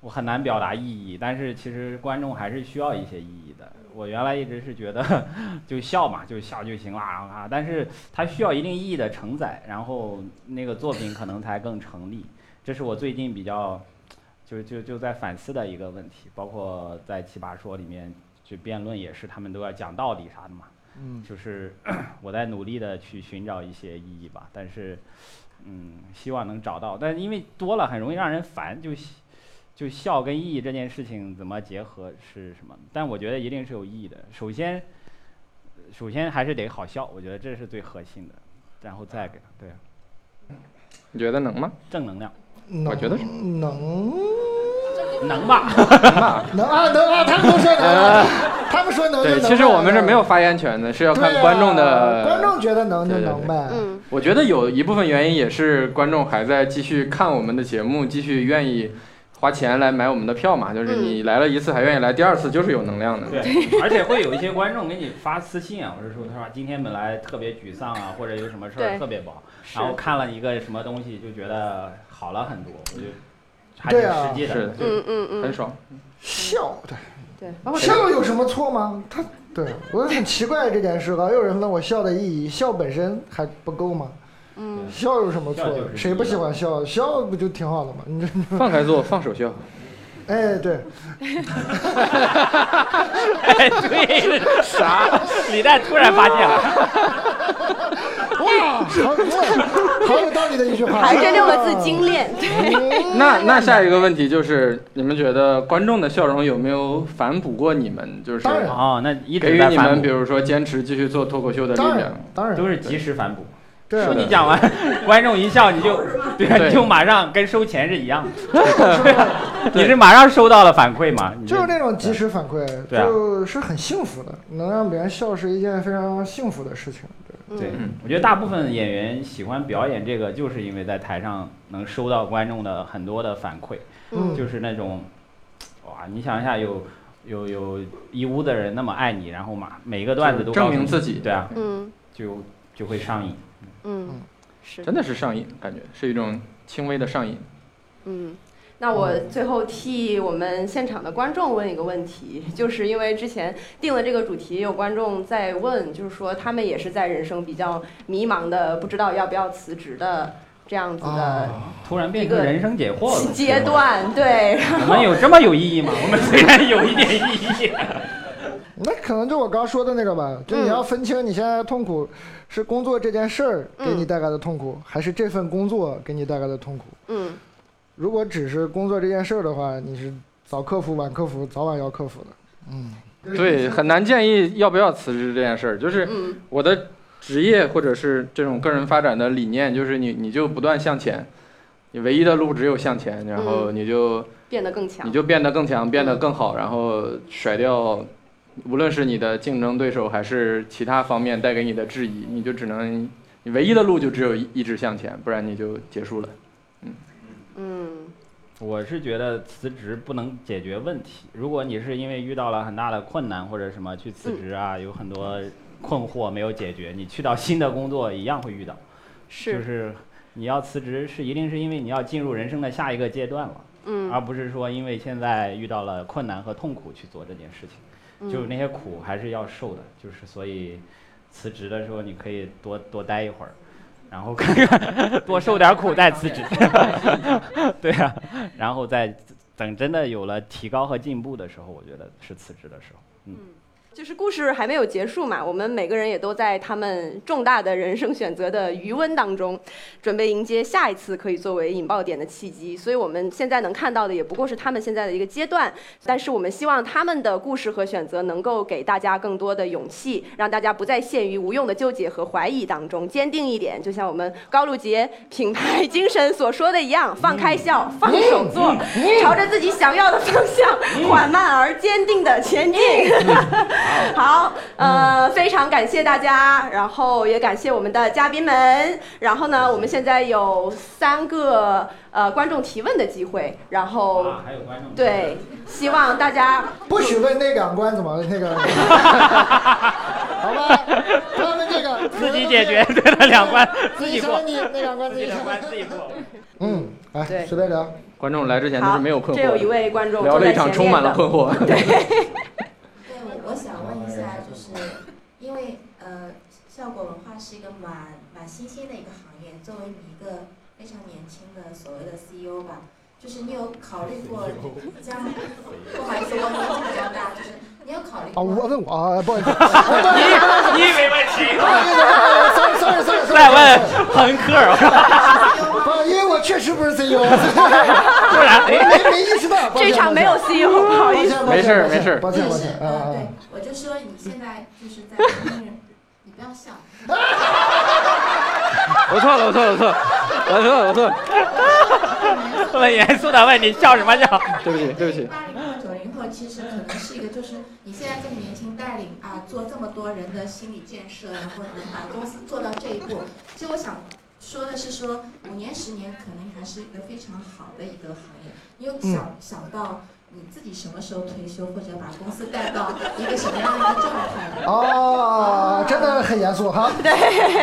Speaker 4: 我很难表达意义，但是其实观众还是需要一些意义的。我原来一直是觉得就笑嘛，就笑就行了啊，但是它需要一定意义的承载，然后那个作品可能才更成立。这是我最近比较就就就在反思的一个问题，包括在《奇葩说》里面就辩论也是，他们都要讲道理啥的嘛。
Speaker 3: 嗯，
Speaker 4: 就是 我在努力的去寻找一些意义吧，但是，嗯，希望能找到，但因为多了很容易让人烦，就喜就笑跟意义这件事情怎么结合是什么？但我觉得一定是有意义的。首先，首先还是得好笑，我觉得这是最核心的，然后再给对
Speaker 5: 你觉得能吗？
Speaker 4: 正能量，
Speaker 3: 能
Speaker 5: 我觉得是
Speaker 3: 能
Speaker 4: 能吧？
Speaker 5: 能吧？
Speaker 3: 能啊能啊，他们都说能啊，他们说能就
Speaker 5: 哎对，
Speaker 3: 能啊
Speaker 5: 其实
Speaker 3: 呗
Speaker 5: 我们是没有
Speaker 3: 对
Speaker 5: 发言权的，是要看
Speaker 3: 啊
Speaker 5: 观众的。
Speaker 3: 观众觉得能就
Speaker 5: 对对
Speaker 3: 能
Speaker 5: 对
Speaker 3: 呗。
Speaker 2: 嗯，
Speaker 5: 我觉得有一部分原因也是观众还在继续看我们的节目，继续愿意花钱来买我们的票嘛。就是你来了一次还愿意来第二次，就是有能量的。
Speaker 2: 嗯
Speaker 4: 对， 而且会有一些观众给你发私信啊，或者说他说今天本来特别沮丧啊，或者有什么事儿
Speaker 2: 对
Speaker 4: 特别不好，
Speaker 2: 是
Speaker 4: 然后看了一个什么东西就觉得好了很多，我就还挺
Speaker 3: 对啊
Speaker 4: 实际的。
Speaker 5: 嗯是的
Speaker 2: 嗯嗯嗯
Speaker 5: 很，爽。
Speaker 3: 笑的，
Speaker 2: 对，包括
Speaker 3: 笑有什么错吗？他对我很奇怪这件事，老啊有人问我笑的意义，笑本身还不够吗？
Speaker 2: 嗯，
Speaker 3: 笑有什么错
Speaker 4: 笑就是？
Speaker 3: 谁不喜欢笑？笑不就挺好的吗？你这，
Speaker 5: 放开做，放手笑。
Speaker 3: 哎，对，
Speaker 4: 哎，对，啥？ 李诞突然发现了，
Speaker 3: 哇，好，哇好有道理的一句话，
Speaker 2: 哎还这六个字精炼，对，
Speaker 3: 嗯
Speaker 5: 那那下一个问题就是，你们觉得观众的笑容有没有反哺过你们？就是
Speaker 3: 当然
Speaker 4: 哦，那一
Speaker 5: 啊给
Speaker 4: 直
Speaker 5: 予
Speaker 4: 在
Speaker 5: 你
Speaker 4: 反
Speaker 5: 们，比
Speaker 4: 哺，
Speaker 5: 如说坚持继续做脱口秀的力
Speaker 3: 当
Speaker 5: 量
Speaker 3: 然。当然
Speaker 4: 都是及时反哺。
Speaker 3: 对
Speaker 4: 说你讲完，观众一笑，你就对啊，
Speaker 5: 对
Speaker 4: 你就马上跟收钱是一样的，
Speaker 5: 对
Speaker 4: 你是马上收到了反馈嘛？你
Speaker 3: 就是那种及时反馈，
Speaker 4: 对啊
Speaker 3: 就是很幸福的，能让别人笑是一件非常幸福的事情。对，
Speaker 2: 嗯
Speaker 4: 对，嗯我觉得大部分演员喜欢表演这个，就是因为在台上能收到观众的很多的反馈，
Speaker 3: 嗯
Speaker 4: 就是那种，哇，你想一下，有有有一屋子人那么爱你，然后嘛，每个段子都
Speaker 5: 证
Speaker 4: 告诉
Speaker 5: 明
Speaker 4: 你
Speaker 5: 自己
Speaker 4: 对啊，
Speaker 2: 嗯
Speaker 4: 就就会上瘾。
Speaker 2: 嗯，是
Speaker 5: 真的是上瘾，感觉是一种轻微的上瘾。
Speaker 2: 嗯，那我最后替我们现场的观众问一个问题， 就是因为之前定了这个主题，有观众在问，就是说他们也是在人生比较迷茫的，不知道要不要辞职的这样子的
Speaker 3: 啊，
Speaker 4: 突然变成人生解惑了
Speaker 2: 阶，段，对，
Speaker 4: 我们有这么有意义吗？我们虽然有一点意义，
Speaker 3: 那可能就我刚说的那个吧，就你要分清你现在的痛苦是工作这件事儿给你带来的痛苦，还是这份工作给你带来的痛苦。
Speaker 2: 嗯
Speaker 3: 如果只是工作这件事儿的话，你是早克服晚克服，早晚要克服的。嗯，
Speaker 5: 对，很难建议要不要辞职这件事儿。就是
Speaker 2: 嗯
Speaker 5: 我的职业或者是这种个人发展的理念，就是你你就不断向前，你唯一的路只有向前，然
Speaker 2: 嗯
Speaker 5: 后你就
Speaker 2: 变得更强，
Speaker 5: 你就变得更强，变得更
Speaker 2: 嗯
Speaker 5: 好，然后甩掉，无论是你的竞争对手还是其他方面带给你的质疑，你就只能你唯一的路就只有一一直向前，不然你就结束了。
Speaker 2: 嗯
Speaker 4: 我是觉得辞职不能解决问题。如果你是因为遇到了很大的困难或者什么去辞职啊，有很多困惑没有解决，你去到新的工作一样会遇到。就是是你要辞职是一定是因为你要进入人生的下一个阶段了，
Speaker 2: 嗯
Speaker 4: 而不是说因为现在遇到了困难和痛苦去做这件事情。就是那些苦还是要受的，就是所以辞职的时候你可以多多待一会 儿，然后看看多受点苦再辞职，啊 对啊，然后再等真的有了提高和进步的时候，我觉得是辞职的时候。
Speaker 2: 就是故事还没有结束嘛，我们每个人也都在他们重大的人生选择的余温当中，准备迎接下一次可以作为引爆点的契机。所以我们现在能看到的也不过是他们现在的一个阶段，但是我们希望他们的故事和选择能够给大家更多的勇气，让大家不再陷于无用的纠结和怀疑当中，坚定一点。就像我们高露洁品牌精神所说的一样，放开笑，放手做，朝着自己想要的方向缓慢而坚定的前进。 好，呃，非常感谢大家，然后也感谢我们的嘉宾们。然后呢，我们现在有三个呃观众提问的机会，然后
Speaker 4: 啊，还有观众
Speaker 2: 对，希望大家
Speaker 3: 不许问那两关怎么那个，好吧？不要问这个，
Speaker 4: 自己解决，对了，两 关自己
Speaker 3: 己
Speaker 4: 过
Speaker 3: 想，你那两关自己想
Speaker 4: 两。关自己过。
Speaker 3: 嗯，来
Speaker 2: 对
Speaker 3: 随便聊。
Speaker 5: 观众来之前都
Speaker 2: 好，
Speaker 5: 是没有困惑
Speaker 2: 这有
Speaker 5: 的，
Speaker 2: 一位观众
Speaker 5: 聊了一场充满了困
Speaker 2: 惑。
Speaker 5: 惑。
Speaker 6: 对，我我想问一下，就是因为呃，效果文化是一个蛮蛮新兴的一个行业，作为你一个非常年轻的所谓的 CEO 吧，就是你有考虑过将来？不好意思，我年纪比较大，就是你有考虑
Speaker 3: 啊，
Speaker 6: 过？
Speaker 3: 我问我啊，不好意思，
Speaker 4: 你你以为问谁？
Speaker 3: 不好意思，sorry sorry sorry，
Speaker 4: 再问 恒科尔，
Speaker 3: 不，因为我确实不是 CEO，没
Speaker 4: 不然哎，
Speaker 3: 没意识到。抱歉
Speaker 2: 这场没有 CEO，不好意思。
Speaker 3: 抱歉
Speaker 5: 没事儿
Speaker 3: 抱歉
Speaker 5: 没事儿
Speaker 3: 抱歉
Speaker 6: 就
Speaker 3: 抱
Speaker 6: 是
Speaker 3: 歉啊
Speaker 6: 呃，
Speaker 3: 啊
Speaker 6: 对
Speaker 3: 啊！，
Speaker 6: 我就说你现在就是 在跟人，你不要笑，
Speaker 5: 我错了，我错了，我错了，我错了，我错了，
Speaker 4: 问严肃的问你笑什么笑？
Speaker 5: 对不起，对不起。
Speaker 6: 八零后、九零后其实可能是一个，就是你现在这么年轻，带领啊做这么多人的心理建设，然后能把公司做到这一步。其实我想说的是说，五年、十年可能还是一个非常好的一个行业。你有
Speaker 5: 嗯
Speaker 6: 想、想到你自己什么时候退休，或者把公司带到一个什么样的一个状态吗？
Speaker 3: 哦，真的很严肃 哈。对，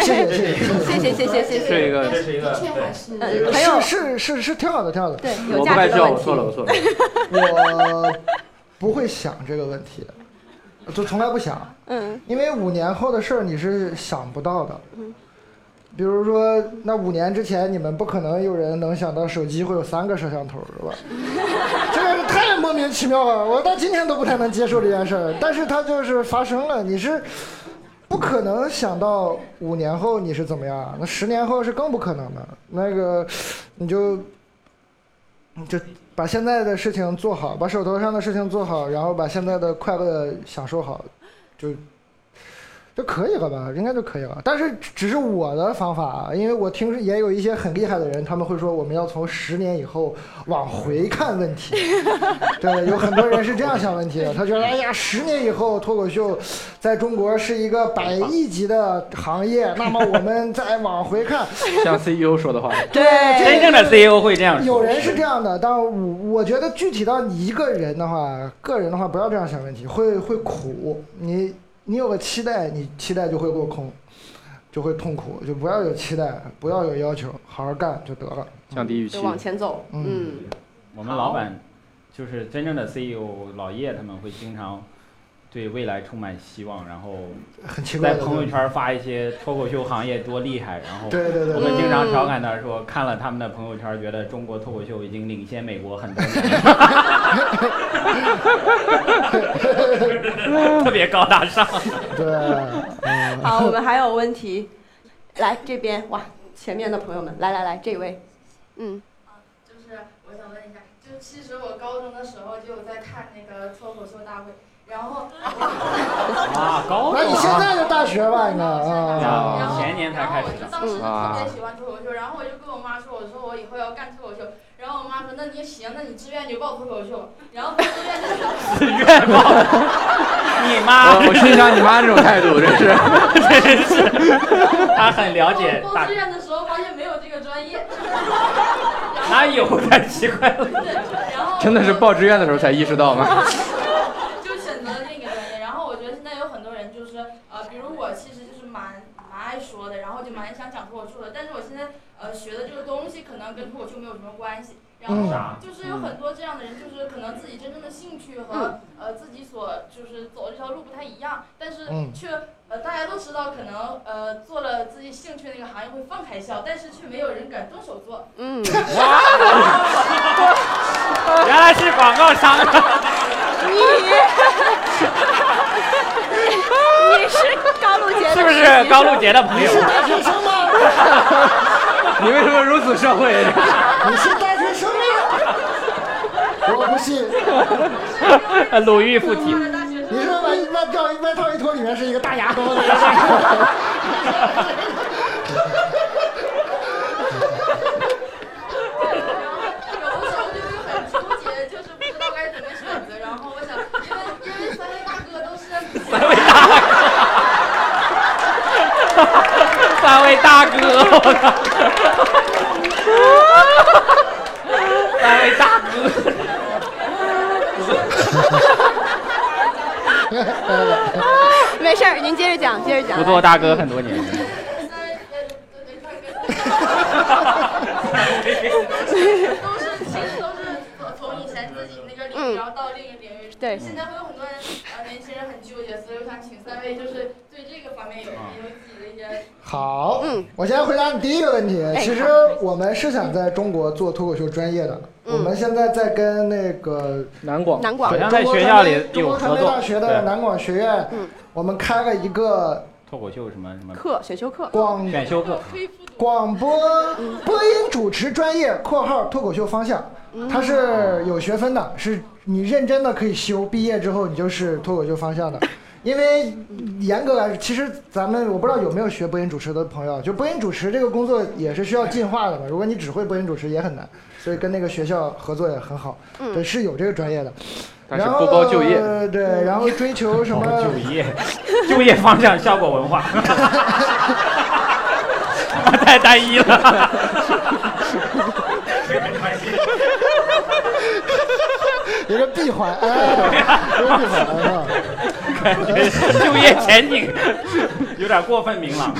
Speaker 3: 谢谢谢谢谢
Speaker 2: 谢谢谢谢谢呃谢，
Speaker 5: 这个
Speaker 6: 但是的确还是
Speaker 2: 这是一个
Speaker 6: 对
Speaker 2: 很有
Speaker 3: 是是是是挺好的挺好的。
Speaker 2: 对
Speaker 5: 我
Speaker 2: 有
Speaker 5: 不
Speaker 2: 价
Speaker 5: 该
Speaker 2: 值的
Speaker 5: 笑，
Speaker 2: 问
Speaker 5: 我错了，
Speaker 2: 题。
Speaker 5: 我错了。
Speaker 3: 我不会想这个问题，就从来不想。
Speaker 2: 嗯
Speaker 3: 因为五年后的事儿你是想不到的。比如说，那五年之前，你们不可能有人能想到手机会有三个摄像头，是吧？这个太莫名其妙了，我到今天都不太能接受这件事儿。但是它就是发生了，你是不可能想到五年后你是怎么样，啊那十年后是更不可能的。那个，你就你就把现在的事情做好，把手头上的事情做好，然后把现在的快乐享受好，就就可以了吧？应该就可以了。但是只是我的方法啊，因为我听也有一些很厉害的人，他们会说我们要从十年以后往回看问题。对，有很多人是这样想问题的，他觉得哎呀，十年以后脱口秀在中国是一个百亿级的行业，那么我们再往回看，
Speaker 5: 像 CEO 说的话，
Speaker 2: 对
Speaker 4: 真正的 CEO 会这样说。
Speaker 3: 哎有人是这样的，但我我觉得具体到你一个人的话，个人的话不要这样想问题，会会苦。你你有个期待，你期待就会落空，就会痛苦，就不要有期待，不要有要求，好好干就得了。
Speaker 5: 降低预期
Speaker 2: 就。往前走，嗯，
Speaker 4: 我们老板就是真正的 CEO 老叶，他们会经常对未来充满希望，然后
Speaker 3: 很奇怪
Speaker 4: 在
Speaker 3: 的
Speaker 4: 朋友
Speaker 3: 东西。
Speaker 4: 圈发一些脱口秀行业多厉害，然后
Speaker 3: 对对
Speaker 4: 我
Speaker 3: 对
Speaker 4: 们
Speaker 3: 对，
Speaker 4: 经常调侃他说，看了他们的朋友圈，觉得中国脱口秀已经领先美国很多年 了，特别高大上。
Speaker 3: 对，嗯，
Speaker 2: 好，我们还有问题，来这边哇，前面的朋友们，来来来，这位，嗯，
Speaker 7: 就是我想问一下，就其实我高中的时候就有在看那个脱口秀大会，然后
Speaker 4: 啊，高
Speaker 3: 哎那你现
Speaker 4: 啊！
Speaker 3: 在就大学吧，应该啊。
Speaker 4: 啊前年才
Speaker 7: 嗯然
Speaker 4: 开
Speaker 7: 后
Speaker 4: 始
Speaker 7: 我
Speaker 4: 的
Speaker 7: 就当时就特
Speaker 5: 啊
Speaker 7: 别喜欢脱口秀，然后我就跟我妈说，我说我以后要干脱口秀，然后我妈说那你行，那你志愿就报脱口秀，然后报志愿就
Speaker 4: 你妈
Speaker 5: 我我欣赏你妈这种态度，真是。
Speaker 4: 真是，他很了解
Speaker 7: 报
Speaker 4: 大
Speaker 7: 志，愿的时候发现没有这个专业，
Speaker 4: 哪有太奇怪了。
Speaker 7: 对，然后
Speaker 5: 真的是报志愿的时候才意识到 吗？
Speaker 7: 就选择了另一个专业。然后我觉得现在有很多人就是呃，比如我其实就是蛮蛮爱说的，然后就蛮想讲脱口秀的，但是我现在呃学的这个东西可能跟脱口秀没有什么关系。然后
Speaker 4: 啥
Speaker 7: 就是有很多这样的人，就是可能自己真正的兴趣和、呃自己所就是走的这条路不太一样，但是
Speaker 3: 嗯
Speaker 7: 却、呃大家都知道，可能呃做了自己兴趣那个行业会放开笑，但是却没有人敢动手做。
Speaker 2: 嗯，
Speaker 4: 原来是广告商，
Speaker 2: 你是高露洁的
Speaker 4: 是
Speaker 2: 实
Speaker 4: 不是
Speaker 2: 习
Speaker 4: 高
Speaker 2: 生
Speaker 4: 露洁的朋友？
Speaker 3: 大学生吗？
Speaker 5: 你为什么如此社会？
Speaker 3: 你是大学生吗？我不信，
Speaker 4: 鲁豫附体，
Speaker 7: 大学生
Speaker 3: 你是外外套外套一脱，里面是一个大牙膏的。
Speaker 7: 有的时候就会很纠结，就是不知道该怎么选择。然后我想，因为因为三位大哥都是
Speaker 4: 三位大哥，三位大哥，我靠，三位大 哥，
Speaker 2: 没事儿，您接着讲，接着讲
Speaker 4: 不，做大哥很多年了。
Speaker 7: 三位呃对对大哥，都是其实都是从以前自己那个领域，然后到另一个领域。
Speaker 2: 对
Speaker 7: 现在会有很多人呃年轻人很纠结，所以我想请三位就是对这个方面有有自己的一些。
Speaker 3: 好，
Speaker 2: 嗯，哎
Speaker 3: 我先回答你第一个问题。其实我们是想在中国做脱口秀专业的，
Speaker 2: 嗯
Speaker 3: 我们现在在跟那个
Speaker 5: 南广
Speaker 2: 南广
Speaker 4: 好，像
Speaker 3: 中
Speaker 4: 在
Speaker 3: 国
Speaker 4: 学
Speaker 3: 传
Speaker 4: 校
Speaker 3: 媒
Speaker 4: 里
Speaker 3: 中国
Speaker 4: 有
Speaker 3: 传
Speaker 4: 合
Speaker 3: 媒
Speaker 4: 作
Speaker 3: 大学的
Speaker 4: 对
Speaker 3: 南广学院，
Speaker 2: 嗯
Speaker 3: 我们开了一个
Speaker 4: 脱口秀什么什么
Speaker 2: 课选修课，
Speaker 3: 广
Speaker 4: 选修课，
Speaker 3: 广播播音主持专业（括号脱口秀方向），它是有学分的，是你认真的可以修，毕业之后你就是脱口秀方向的。因为严格来说，其实咱们我不知道有没有学播音主持的朋友，就播音主持这个工作也是需要进化的嘛。如果你只会播音主持也很难，所以跟那个学校合作也很好，对，是有这个专业的。
Speaker 5: 嗯但是
Speaker 3: 然后
Speaker 5: 不包就业，
Speaker 3: 对，然后追求什么？
Speaker 4: 就业，就业方向效果文化，太单一 了。
Speaker 3: 有个闭环，哎，有个闭环啊。
Speaker 4: 感觉就业前景有点过分明朗。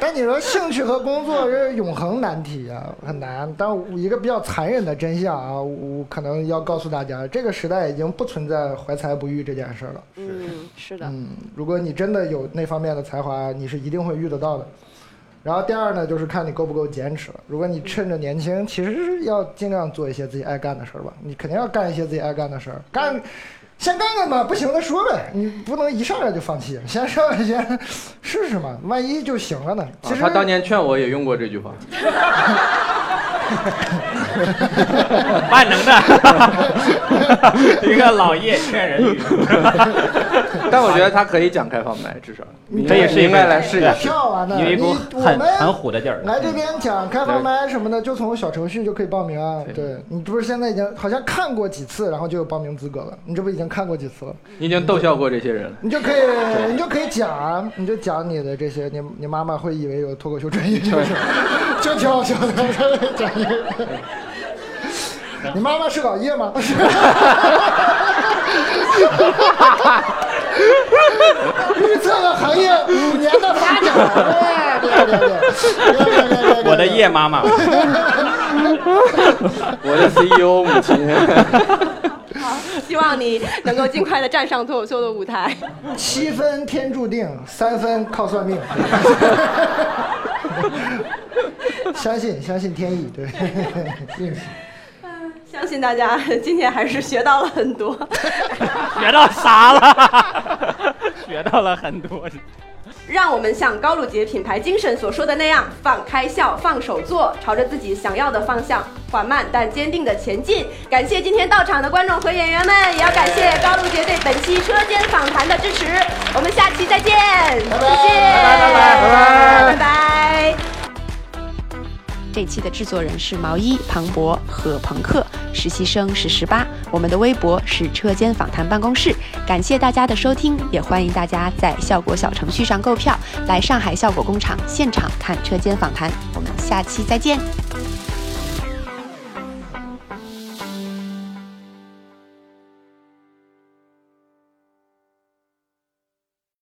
Speaker 3: 但你说兴趣和工作这是永恒难题啊，很难。但我一个比较残忍的真相啊，我可能要告诉大家，这个时代已经不存在怀才不遇这件事儿了。
Speaker 2: 嗯，是的，
Speaker 3: 嗯，如果你真的有那方面的才华，你是一定会遇得到的。然后第二呢，就是看你够不够坚持了。如果你趁着年轻，其实是要尽量做一些自己爱干的事儿吧。你肯定要干一些自己爱干的事儿，干先干干吧，不行再说呗。你不能一上来就放弃，先上来先试试嘛，万一就行了呢。
Speaker 5: 啊
Speaker 3: 其实、
Speaker 5: 他当年劝我也用过这句话。
Speaker 4: 万能的，一个老叶劝人 语。
Speaker 5: 但我觉得他可以讲开放麦，至少
Speaker 3: 你
Speaker 5: 你
Speaker 3: 可以
Speaker 4: 试一试
Speaker 5: 应该来试一
Speaker 3: 挺
Speaker 5: 试。
Speaker 3: 好玩的。
Speaker 4: 有一
Speaker 3: 你
Speaker 4: 股
Speaker 3: 我
Speaker 4: 很很
Speaker 3: 们
Speaker 4: 虎的劲儿。嗯
Speaker 3: 来这边讲开放麦什么的，就从小程序就可以报名啊。对你不是现在已经好像看过几次，然后就有报名资格了？你这不已经看过几次了？
Speaker 5: 你已经逗笑过这些人了。
Speaker 3: 你就可以，你就可以讲啊，你就讲你的这些，你你妈妈会以为有脱口秀专业，就是，就挺好笑的，专业。你妈妈是老叶吗？ 预测了行业五年的发展，哎对对对对对对，
Speaker 4: 我的叶妈妈，
Speaker 5: 我的 CEO 母 亲，
Speaker 2: 希望你能够尽快的站上脱口秀的舞台。
Speaker 3: 七分天注定，三分靠算命。相信相信天意，对，运气。
Speaker 2: 相信大家 今天还是学到了很多。
Speaker 4: 学到啥了？ 学到了很多。
Speaker 2: 让我们像高露洁品牌精神所说的那样，放开笑，放手做，朝着自己想要的方向缓慢但坚定的前进。感谢今天到场的观众和演员们，也要感谢高露洁对本期车间访谈的支持。我们下期再见，拜拜，谢谢，拜
Speaker 5: 拜拜
Speaker 2: 拜拜。
Speaker 1: 这期的制作人是毛衣、庞博和朋克，实习生是十八。我们的微博是车间访谈办公室。感谢大家的收听，也欢迎大家在效果小程序上购票，来上海效果工厂现场看车间访谈。我们下期再见。